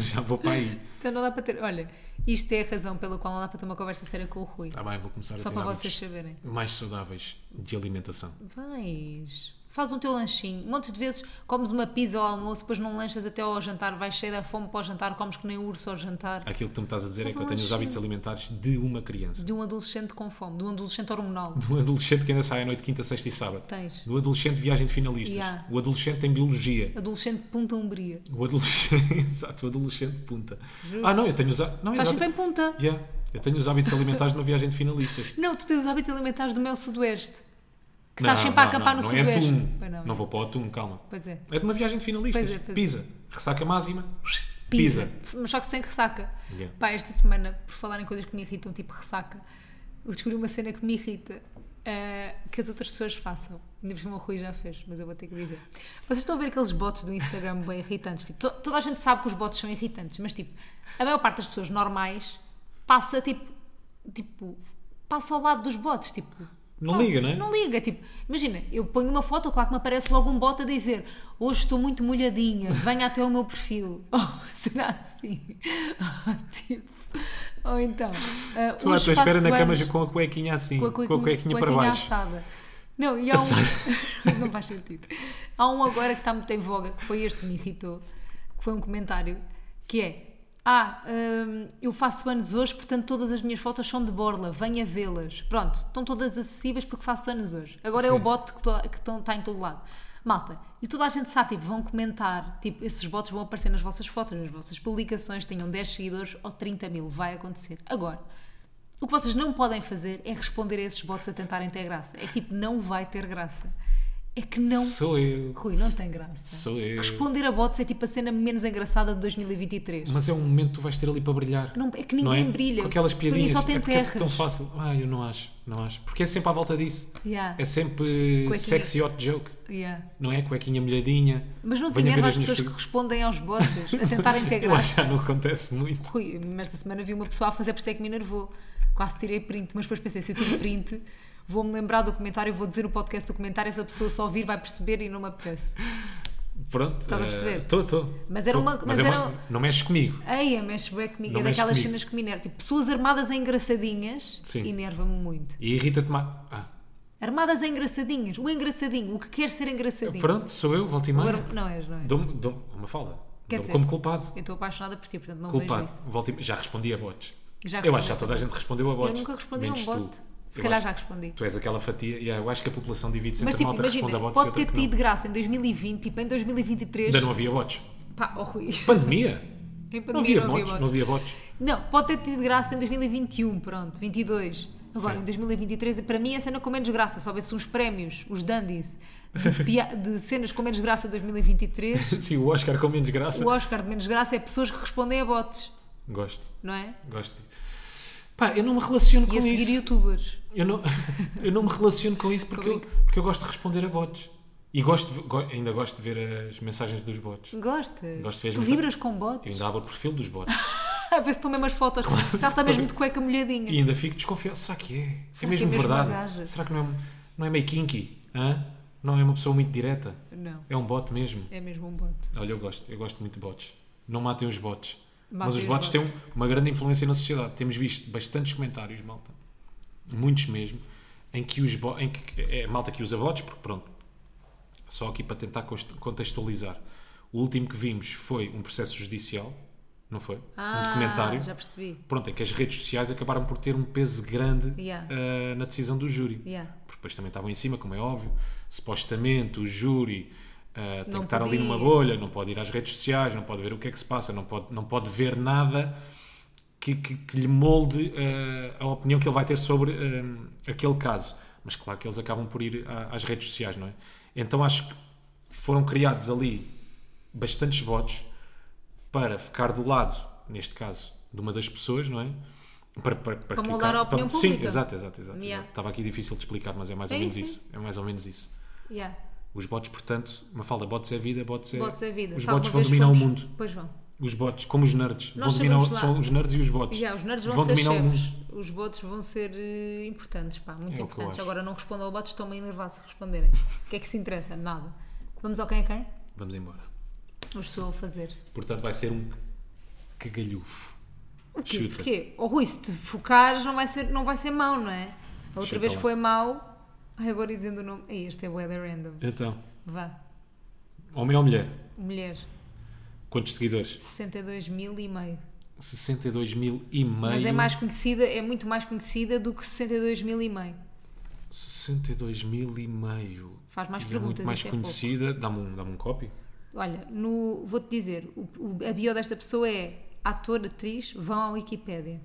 [SPEAKER 1] Já vou para aí.
[SPEAKER 2] Então não dá para ter. Olha, isto é a razão pela qual não dá para ter uma conversa séria com o Rui.
[SPEAKER 1] Tá bem, vou começar
[SPEAKER 2] Só
[SPEAKER 1] a ter
[SPEAKER 2] para
[SPEAKER 1] hábitos
[SPEAKER 2] vocês saberem.
[SPEAKER 1] mais saudáveis de alimentação.
[SPEAKER 2] Vais. Faz um teu lanchinho. Montes de vezes comes uma pizza ao almoço, depois não lanchas até ao jantar, vais cheio da fome para o jantar, comes que nem urso ao jantar.
[SPEAKER 1] Aquilo que tu me estás a dizer
[SPEAKER 2] Mas
[SPEAKER 1] é que eu
[SPEAKER 2] um
[SPEAKER 1] tenho os
[SPEAKER 2] lanchinho.
[SPEAKER 1] hábitos alimentares de uma criança.
[SPEAKER 2] De um adolescente com fome, de um adolescente hormonal.
[SPEAKER 1] Do adolescente que ainda sai à noite, quinta, sexta e sábado.
[SPEAKER 2] Tens.
[SPEAKER 1] Do adolescente viagem de finalistas.
[SPEAKER 2] Yeah.
[SPEAKER 1] O adolescente tem biologia.
[SPEAKER 2] Adolescente de punta umbria.
[SPEAKER 1] O adolescente. Exato, o adolescente punta.
[SPEAKER 2] Juro.
[SPEAKER 1] Ah, não, eu tenho os há- não,
[SPEAKER 2] Estás
[SPEAKER 1] exato.
[SPEAKER 2] sempre em punta.
[SPEAKER 1] Yeah. Eu tenho os hábitos alimentares de uma viagem de finalistas.
[SPEAKER 2] Não, tu tens os hábitos alimentares do meu sudoeste. Que
[SPEAKER 1] Não,
[SPEAKER 2] estás sempre a
[SPEAKER 1] não,
[SPEAKER 2] acampar
[SPEAKER 1] não,
[SPEAKER 2] no
[SPEAKER 1] não é
[SPEAKER 2] sudoeste.
[SPEAKER 1] atum.
[SPEAKER 2] Pois não.
[SPEAKER 1] Não vou para o atum, calma.
[SPEAKER 2] Pois é.
[SPEAKER 1] É de uma viagem de finalistas.
[SPEAKER 2] Pois é, pois é.
[SPEAKER 1] Pisa. Ressaca máxima.
[SPEAKER 2] Pisa. Mas só que sem ressaca.
[SPEAKER 1] Yeah.
[SPEAKER 2] Pá, esta semana, por falar em coisas que me irritam, tipo ressaca, eu descobri uma cena que me irrita eh, que as outras pessoas façam. Ainda por cima o Rui já fez, mas eu vou ter que dizer. Vocês estão a ver aqueles bots do Instagram bem irritantes? Tipo, to- toda a gente sabe que os bots são irritantes, mas tipo, a maior parte das pessoas normais passa tipo. tipo passa ao lado dos bots, tipo.
[SPEAKER 1] Não
[SPEAKER 2] pá,
[SPEAKER 1] liga, não é?
[SPEAKER 2] Não liga, tipo, imagina, eu ponho uma foto, claro que me aparece logo um bot a dizer hoje estou muito molhadinha, venha até o meu perfil. Ou será assim? Ou tipo, ou então, ah,
[SPEAKER 1] Estou à
[SPEAKER 2] hoje
[SPEAKER 1] tua espera
[SPEAKER 2] faço
[SPEAKER 1] na cama
[SPEAKER 2] anos
[SPEAKER 1] já com a cuequinha assim.
[SPEAKER 2] com a cuequinha,
[SPEAKER 1] cuequinha para
[SPEAKER 2] cuequinha
[SPEAKER 1] baixo.
[SPEAKER 2] assada. Não, e há um. não faz sentido. Há um agora que está muito em voga, que foi este que me irritou, que foi um comentário, que é. Ah, hum, eu faço anos hoje, portanto todas as minhas fotos são de borla, venha vê-las. Pronto, estão todas acessíveis porque faço anos hoje. Agora é o
[SPEAKER 1] Sim.
[SPEAKER 2] bot que, to- que tão- está em todo lado. Malta, e toda a gente sabe, tipo, vão comentar, tipo, esses bots vão aparecer nas vossas fotos, nas vossas publicações, tenham 10 seguidores ou 30 mil, vai acontecer. Agora, o que vocês não podem fazer é responder a esses bots a tentarem ter graça. É que, tipo, não vai ter graça. É que não.
[SPEAKER 1] Sou eu.
[SPEAKER 2] Rui, não tem graça.
[SPEAKER 1] Sou eu.
[SPEAKER 2] Responder a bots é tipo a cena menos engraçada de 2023.
[SPEAKER 1] Mas é um momento que tu vais ter ali para brilhar.
[SPEAKER 2] Não- é que
[SPEAKER 1] Não
[SPEAKER 2] ninguém brilha.
[SPEAKER 1] Com aquelas
[SPEAKER 2] Para mim
[SPEAKER 1] piadinhas.
[SPEAKER 2] só tem
[SPEAKER 1] é porque é
[SPEAKER 2] terras.
[SPEAKER 1] tão fácil. Ah, eu não acho, não acho. Porque é sempre à volta disso.
[SPEAKER 2] Yeah.
[SPEAKER 1] É sempre
[SPEAKER 2] Cuequinha.
[SPEAKER 1] sexy hot joke.
[SPEAKER 2] Yeah.
[SPEAKER 1] Não é? Cuequinha molhadinha.
[SPEAKER 2] Mas não te
[SPEAKER 1] Venha ver
[SPEAKER 2] enerva
[SPEAKER 1] as
[SPEAKER 2] as
[SPEAKER 1] minhas
[SPEAKER 2] pessoas que
[SPEAKER 1] figuras.
[SPEAKER 2] respondem aos bots a tentarem ter
[SPEAKER 1] Eu
[SPEAKER 2] é graça.
[SPEAKER 1] acho que já não acontece muito.
[SPEAKER 2] Rui, esta semana vi uma pessoa a fazer, por isso é que me enervou. Quase tirei print, mas depois pensei, se eu tiro print, vou-me lembrar do comentário, vou dizer o podcast do comentário, essa pessoa só ouvir vai perceber e não me apetece.
[SPEAKER 1] Pronto. eh,
[SPEAKER 2] Estás a perceber?
[SPEAKER 1] Estou, estou.
[SPEAKER 2] Mas era
[SPEAKER 1] Estou.
[SPEAKER 2] uma- mas
[SPEAKER 1] é
[SPEAKER 2] era- um-
[SPEAKER 1] Não mexes comigo.
[SPEAKER 2] Ai, a mexe bué comigo.
[SPEAKER 1] Não
[SPEAKER 2] é
[SPEAKER 1] mexe
[SPEAKER 2] daquelas
[SPEAKER 1] comigo.
[SPEAKER 2] cenas que me enervam. Tipo, pessoas armadas em engraçadinhas
[SPEAKER 1] Sim.
[SPEAKER 2] enerva-me muito.
[SPEAKER 1] E irrita-te mais. Ah,
[SPEAKER 2] Armadas em engraçadinhas. O engraçadinho, o que quer ser engraçadinho.
[SPEAKER 1] Pronto, sou eu, volta e
[SPEAKER 2] O
[SPEAKER 1] meia.
[SPEAKER 2] ar- Não és, não és.
[SPEAKER 1] Dou-me dou uma falda.
[SPEAKER 2] Quer
[SPEAKER 1] Dou-me
[SPEAKER 2] dizer,
[SPEAKER 1] como culpado.
[SPEAKER 2] Eu estou apaixonada por ti, portanto não
[SPEAKER 1] Culpado.
[SPEAKER 2] vejo isso.
[SPEAKER 1] Volta e meia. Já respondi a bots.
[SPEAKER 2] Já
[SPEAKER 1] eu acho que já
[SPEAKER 2] respondeste.
[SPEAKER 1] toda a gente respondeu a bots.
[SPEAKER 2] Eu nunca respondi a um
[SPEAKER 1] menos tu.
[SPEAKER 2] bote. Se
[SPEAKER 1] Eu
[SPEAKER 2] calhar
[SPEAKER 1] acho-
[SPEAKER 2] já respondi.
[SPEAKER 1] Tu és aquela fatia. Yeah, eu acho que a população divide-se
[SPEAKER 2] Mas
[SPEAKER 1] entre
[SPEAKER 2] tipo,
[SPEAKER 1] malta que responde a
[SPEAKER 2] imagina,
[SPEAKER 1] bots e
[SPEAKER 2] pode
[SPEAKER 1] outra
[SPEAKER 2] ter
[SPEAKER 1] que não.
[SPEAKER 2] tido graça em 2020, tipo em 2023.
[SPEAKER 1] Ainda não havia bots.
[SPEAKER 2] Pá, oh Rui.
[SPEAKER 1] Pandemia?
[SPEAKER 2] Em
[SPEAKER 1] Não
[SPEAKER 2] pandemia
[SPEAKER 1] havia
[SPEAKER 2] não havia
[SPEAKER 1] bots. Não
[SPEAKER 2] votos.
[SPEAKER 1] havia bots.
[SPEAKER 2] Não, pode ter tido graça em 2021, pronto, 22. Agora,
[SPEAKER 1] Sim.
[SPEAKER 2] em 2023, para mim é cena com menos graça. Se houvesse uns prémios, os dandies, de, pia- de cenas com menos graça de 2023,
[SPEAKER 1] Sim, o Oscar com menos graça.
[SPEAKER 2] o Oscar de menos graça é pessoas que respondem a bots,
[SPEAKER 1] Gosto,
[SPEAKER 2] não é?
[SPEAKER 1] gosto disso. Pá, eu não me relaciono
[SPEAKER 2] E
[SPEAKER 1] com
[SPEAKER 2] a seguir
[SPEAKER 1] isso.
[SPEAKER 2] youtubers.
[SPEAKER 1] Eu não, eu não me relaciono com isso porque, eu,
[SPEAKER 2] Comigo.
[SPEAKER 1] porque eu gosto de responder a bots. E gosto, de- go- ainda gosto de ver as mensagens dos bots. Gosto de
[SPEAKER 2] Gostas?
[SPEAKER 1] ver as
[SPEAKER 2] tu
[SPEAKER 1] mensagens.
[SPEAKER 2] vibras com
[SPEAKER 1] Eu
[SPEAKER 2] bots?
[SPEAKER 1] ainda abro o perfil dos bots.
[SPEAKER 2] A ver se estão mesmo as fotos. Se ela está mesmo de cueca molhadinha.
[SPEAKER 1] e ainda fico desconfiado. Será que é?
[SPEAKER 2] Será
[SPEAKER 1] é mesmo
[SPEAKER 2] que é mesmo uma
[SPEAKER 1] verdade?
[SPEAKER 2] gaja?
[SPEAKER 1] Será que não é, não é meio kinky? Hã? Não é uma pessoa muito direta?
[SPEAKER 2] Não,
[SPEAKER 1] É um bot mesmo?
[SPEAKER 2] é mesmo um bot.
[SPEAKER 1] Olha, eu gosto. Eu gosto muito de bots. Não matem os bots. Mas
[SPEAKER 2] Matem
[SPEAKER 1] os
[SPEAKER 2] os
[SPEAKER 1] bots
[SPEAKER 2] bots.
[SPEAKER 1] têm um, uma grande influência na sociedade. Temos visto bastantes comentários, malta. Muitos mesmo. Em que os bots... Em que é malta que usa bots, porque pronto. Só aqui para tentar const- contextualizar. O último que vimos foi um processo judicial. Não foi? um documentário
[SPEAKER 2] Ah, Já percebi.
[SPEAKER 1] pronto, é que as redes sociais acabaram por ter um peso grande
[SPEAKER 2] Yeah.
[SPEAKER 1] ah, na decisão do júri.
[SPEAKER 2] Yeah.
[SPEAKER 1] Porque depois também estavam em cima, como é óbvio. Supostamente o júri ah, tem
[SPEAKER 2] Não
[SPEAKER 1] que estar ali
[SPEAKER 2] podia.
[SPEAKER 1] numa bolha, não pode ir às redes sociais, não pode ver o que é que se passa, não pode, não pode ver nada que, que- que lhe molde ah, a opinião que ele vai ter sobre ah, aquele caso. Mas claro que eles acabam por ir a- às redes sociais, não é? Então acho que foram criados ali bastantes votos para ficar do lado, neste caso, de uma das pessoas, não é? Para, para, para, que o
[SPEAKER 2] moldar
[SPEAKER 1] ca-
[SPEAKER 2] a opinião
[SPEAKER 1] para- Sim,
[SPEAKER 2] pública.
[SPEAKER 1] exato, exato, exato,
[SPEAKER 2] Yeah.
[SPEAKER 1] exato. Estava aqui difícil de explicar, mas é mais
[SPEAKER 2] É
[SPEAKER 1] ou menos
[SPEAKER 2] isso, é
[SPEAKER 1] isso. É mais ou menos isso.
[SPEAKER 2] Yeah.
[SPEAKER 1] Os bots, portanto, uma falda, bots é vida, bots é.
[SPEAKER 2] Bots é vida.
[SPEAKER 1] Os
[SPEAKER 2] Se alguma
[SPEAKER 1] bots vão
[SPEAKER 2] vez
[SPEAKER 1] dominar o
[SPEAKER 2] fomos-
[SPEAKER 1] mundo.
[SPEAKER 2] Pois vão.
[SPEAKER 1] Os bots, como os nerds,
[SPEAKER 2] Nós
[SPEAKER 1] vão dominar o-
[SPEAKER 2] sabemos lá.
[SPEAKER 1] são os nerds e os bots.
[SPEAKER 2] Yeah, os nerds vão,
[SPEAKER 1] vão
[SPEAKER 2] ser
[SPEAKER 1] dominar o mundo.
[SPEAKER 2] chefes. Os bots vão ser eh, importantes, pá,
[SPEAKER 1] É o
[SPEAKER 2] muito
[SPEAKER 1] que eu
[SPEAKER 2] importantes.
[SPEAKER 1] acho.
[SPEAKER 2] Agora não respondam a bots, estão-me a enervar se responderem. O que é que se interessa? Nada. Vamos ao quem é quem?
[SPEAKER 1] Vamos embora.
[SPEAKER 2] Hoje sou eu a fazer.
[SPEAKER 1] Portanto, vai ser um cagalhufo.
[SPEAKER 2] Quê?
[SPEAKER 1] Chuta.
[SPEAKER 2] Porquê? Oh Rui, se te focares não vai ser, não vai ser mau, não é? A outra
[SPEAKER 1] Chuta
[SPEAKER 2] vez
[SPEAKER 1] lá.
[SPEAKER 2] foi mau. Ai, agora ia dizendo o nome. Ei, este é weather random.
[SPEAKER 1] Então,
[SPEAKER 2] Vá.
[SPEAKER 1] homem ou mulher?
[SPEAKER 2] Mulher,
[SPEAKER 1] Quantos seguidores?
[SPEAKER 2] 62 mil e meio.
[SPEAKER 1] 62 mil e meio.
[SPEAKER 2] Mas é mais conhecida, é muito mais conhecida do que 62 mil e meio.
[SPEAKER 1] 62 mil e meio.
[SPEAKER 2] Faz mais
[SPEAKER 1] E é
[SPEAKER 2] perguntas,
[SPEAKER 1] muito mais
[SPEAKER 2] isso é pouco.
[SPEAKER 1] conhecida. Dá-me um, dá-me um copy.
[SPEAKER 2] Olha, no- vou-te dizer, o- o- a bio desta pessoa é ator, atriz, vão à Wikipédia.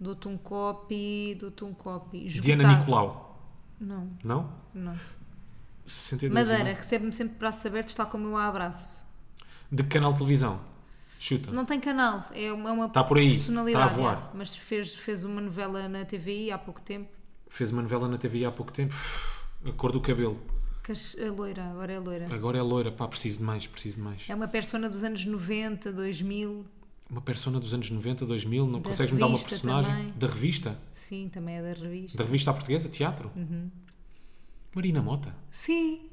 [SPEAKER 2] Dou-te um copy, dou-te um copy.
[SPEAKER 1] Diana
[SPEAKER 2] Esgotado.
[SPEAKER 1] Nicolau.
[SPEAKER 2] Não,
[SPEAKER 1] Não?
[SPEAKER 2] não.
[SPEAKER 1] 62
[SPEAKER 2] Madeira,
[SPEAKER 1] e meio.
[SPEAKER 2] recebe-me sempre braços abertos, tal como eu a abraço.
[SPEAKER 1] De que canal de televisão? Chuta.
[SPEAKER 2] Não tem canal, é uma, é uma
[SPEAKER 1] Tá por aí,
[SPEAKER 2] personalidade.
[SPEAKER 1] tá a voar.
[SPEAKER 2] é. mas fez, fez uma novela na TVI há pouco tempo,
[SPEAKER 1] Fez uma novela na TV há pouco tempo. A cor do cabelo.
[SPEAKER 2] que as- é loira, agora é loira.
[SPEAKER 1] Agora é loira. Pá, preciso de mais, preciso de mais.
[SPEAKER 2] É uma persona dos anos 90, 2000,
[SPEAKER 1] Uma persona dos anos 90, 2000. Não
[SPEAKER 2] Da
[SPEAKER 1] consegues me dar uma
[SPEAKER 2] revista
[SPEAKER 1] personagem?
[SPEAKER 2] também.
[SPEAKER 1] Da revista?
[SPEAKER 2] sim, também é da revista.
[SPEAKER 1] Da revista à portuguesa? Teatro?
[SPEAKER 2] Uhum.
[SPEAKER 1] Marina Mota.
[SPEAKER 2] Sim,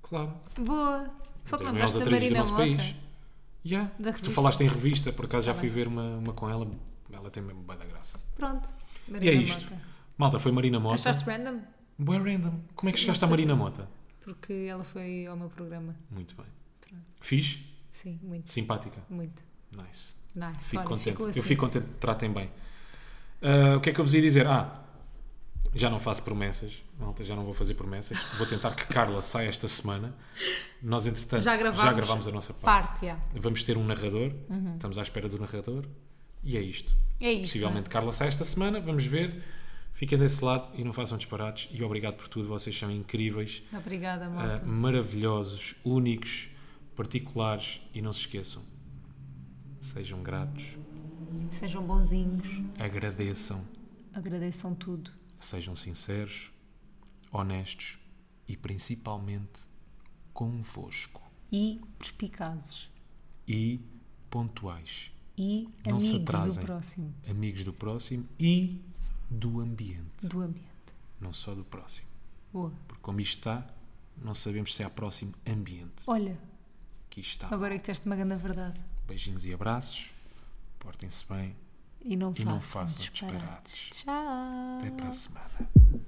[SPEAKER 1] Claro.
[SPEAKER 2] boa. Só te
[SPEAKER 1] das maiores
[SPEAKER 2] lembraste
[SPEAKER 1] atrizes
[SPEAKER 2] da
[SPEAKER 1] do
[SPEAKER 2] Marina
[SPEAKER 1] nosso
[SPEAKER 2] Mota?
[SPEAKER 1] país. Yeah.
[SPEAKER 2] Da
[SPEAKER 1] Tu
[SPEAKER 2] revista. Tá
[SPEAKER 1] falaste em revista, por acaso já fui ver uma, uma com ela. Ela tem mesmo bem da graça.
[SPEAKER 2] Pronto.
[SPEAKER 1] E
[SPEAKER 2] Marina
[SPEAKER 1] é isto.
[SPEAKER 2] Mota.
[SPEAKER 1] Malta, foi Marina Mota.
[SPEAKER 2] Achaste random?
[SPEAKER 1] Bué random. Como é que
[SPEAKER 2] Sim,
[SPEAKER 1] chegaste à
[SPEAKER 2] sim.
[SPEAKER 1] Marina Mota?
[SPEAKER 2] Porque ela foi ao meu programa.
[SPEAKER 1] Muito bem. Fiz?
[SPEAKER 2] Sim, muito.
[SPEAKER 1] Simpática.
[SPEAKER 2] Muito.
[SPEAKER 1] Nice.
[SPEAKER 2] Nice.
[SPEAKER 1] Fico
[SPEAKER 2] Olha,
[SPEAKER 1] contente.
[SPEAKER 2] ficou assim.
[SPEAKER 1] Eu fico contente que tratem bem. Ah, o que é que eu vos ia dizer? Ah, já não faço promessas. Malta, já não vou fazer promessas. Vou tentar que Carla saia esta semana. Nós, entretanto,
[SPEAKER 2] Já gravámos
[SPEAKER 1] a nossa parte.
[SPEAKER 2] Parte, já.
[SPEAKER 1] Vamos ter um narrador. Estamos à espera do narrador. E é isto.
[SPEAKER 2] É Uhum. isto.
[SPEAKER 1] Possivelmente Carla sai esta semana, vamos ver. Fiquem desse lado e não façam disparates. E obrigado por tudo, vocês são incríveis,
[SPEAKER 2] não é? Obrigada,
[SPEAKER 1] ah,
[SPEAKER 2] malta.
[SPEAKER 1] maravilhosos, únicos, particulares. E não se esqueçam, sejam gratos, hum.
[SPEAKER 2] Sejam bonzinhos.
[SPEAKER 1] agradeçam,
[SPEAKER 2] Agradeçam tudo.
[SPEAKER 1] sejam sinceros, honestos e principalmente convosco.
[SPEAKER 2] E perspicazes.
[SPEAKER 1] E pontuais,
[SPEAKER 2] E
[SPEAKER 1] Não se
[SPEAKER 2] amigos
[SPEAKER 1] atrasem.
[SPEAKER 2] do próximo.
[SPEAKER 1] amigos do próximo e do ambiente,
[SPEAKER 2] Do ambiente.
[SPEAKER 1] não só do próximo.
[SPEAKER 2] Boa.
[SPEAKER 1] Porque como isto está, não sabemos se há próximo ambiente.
[SPEAKER 2] Olha,
[SPEAKER 1] Aqui está.
[SPEAKER 2] agora é que disseste uma grande verdade.
[SPEAKER 1] Beijinhos e abraços. Portem-se bem
[SPEAKER 2] E não
[SPEAKER 1] e não
[SPEAKER 2] façam
[SPEAKER 1] façam
[SPEAKER 2] disparate.
[SPEAKER 1] disparates.
[SPEAKER 2] Tchau.
[SPEAKER 1] Até para a semana.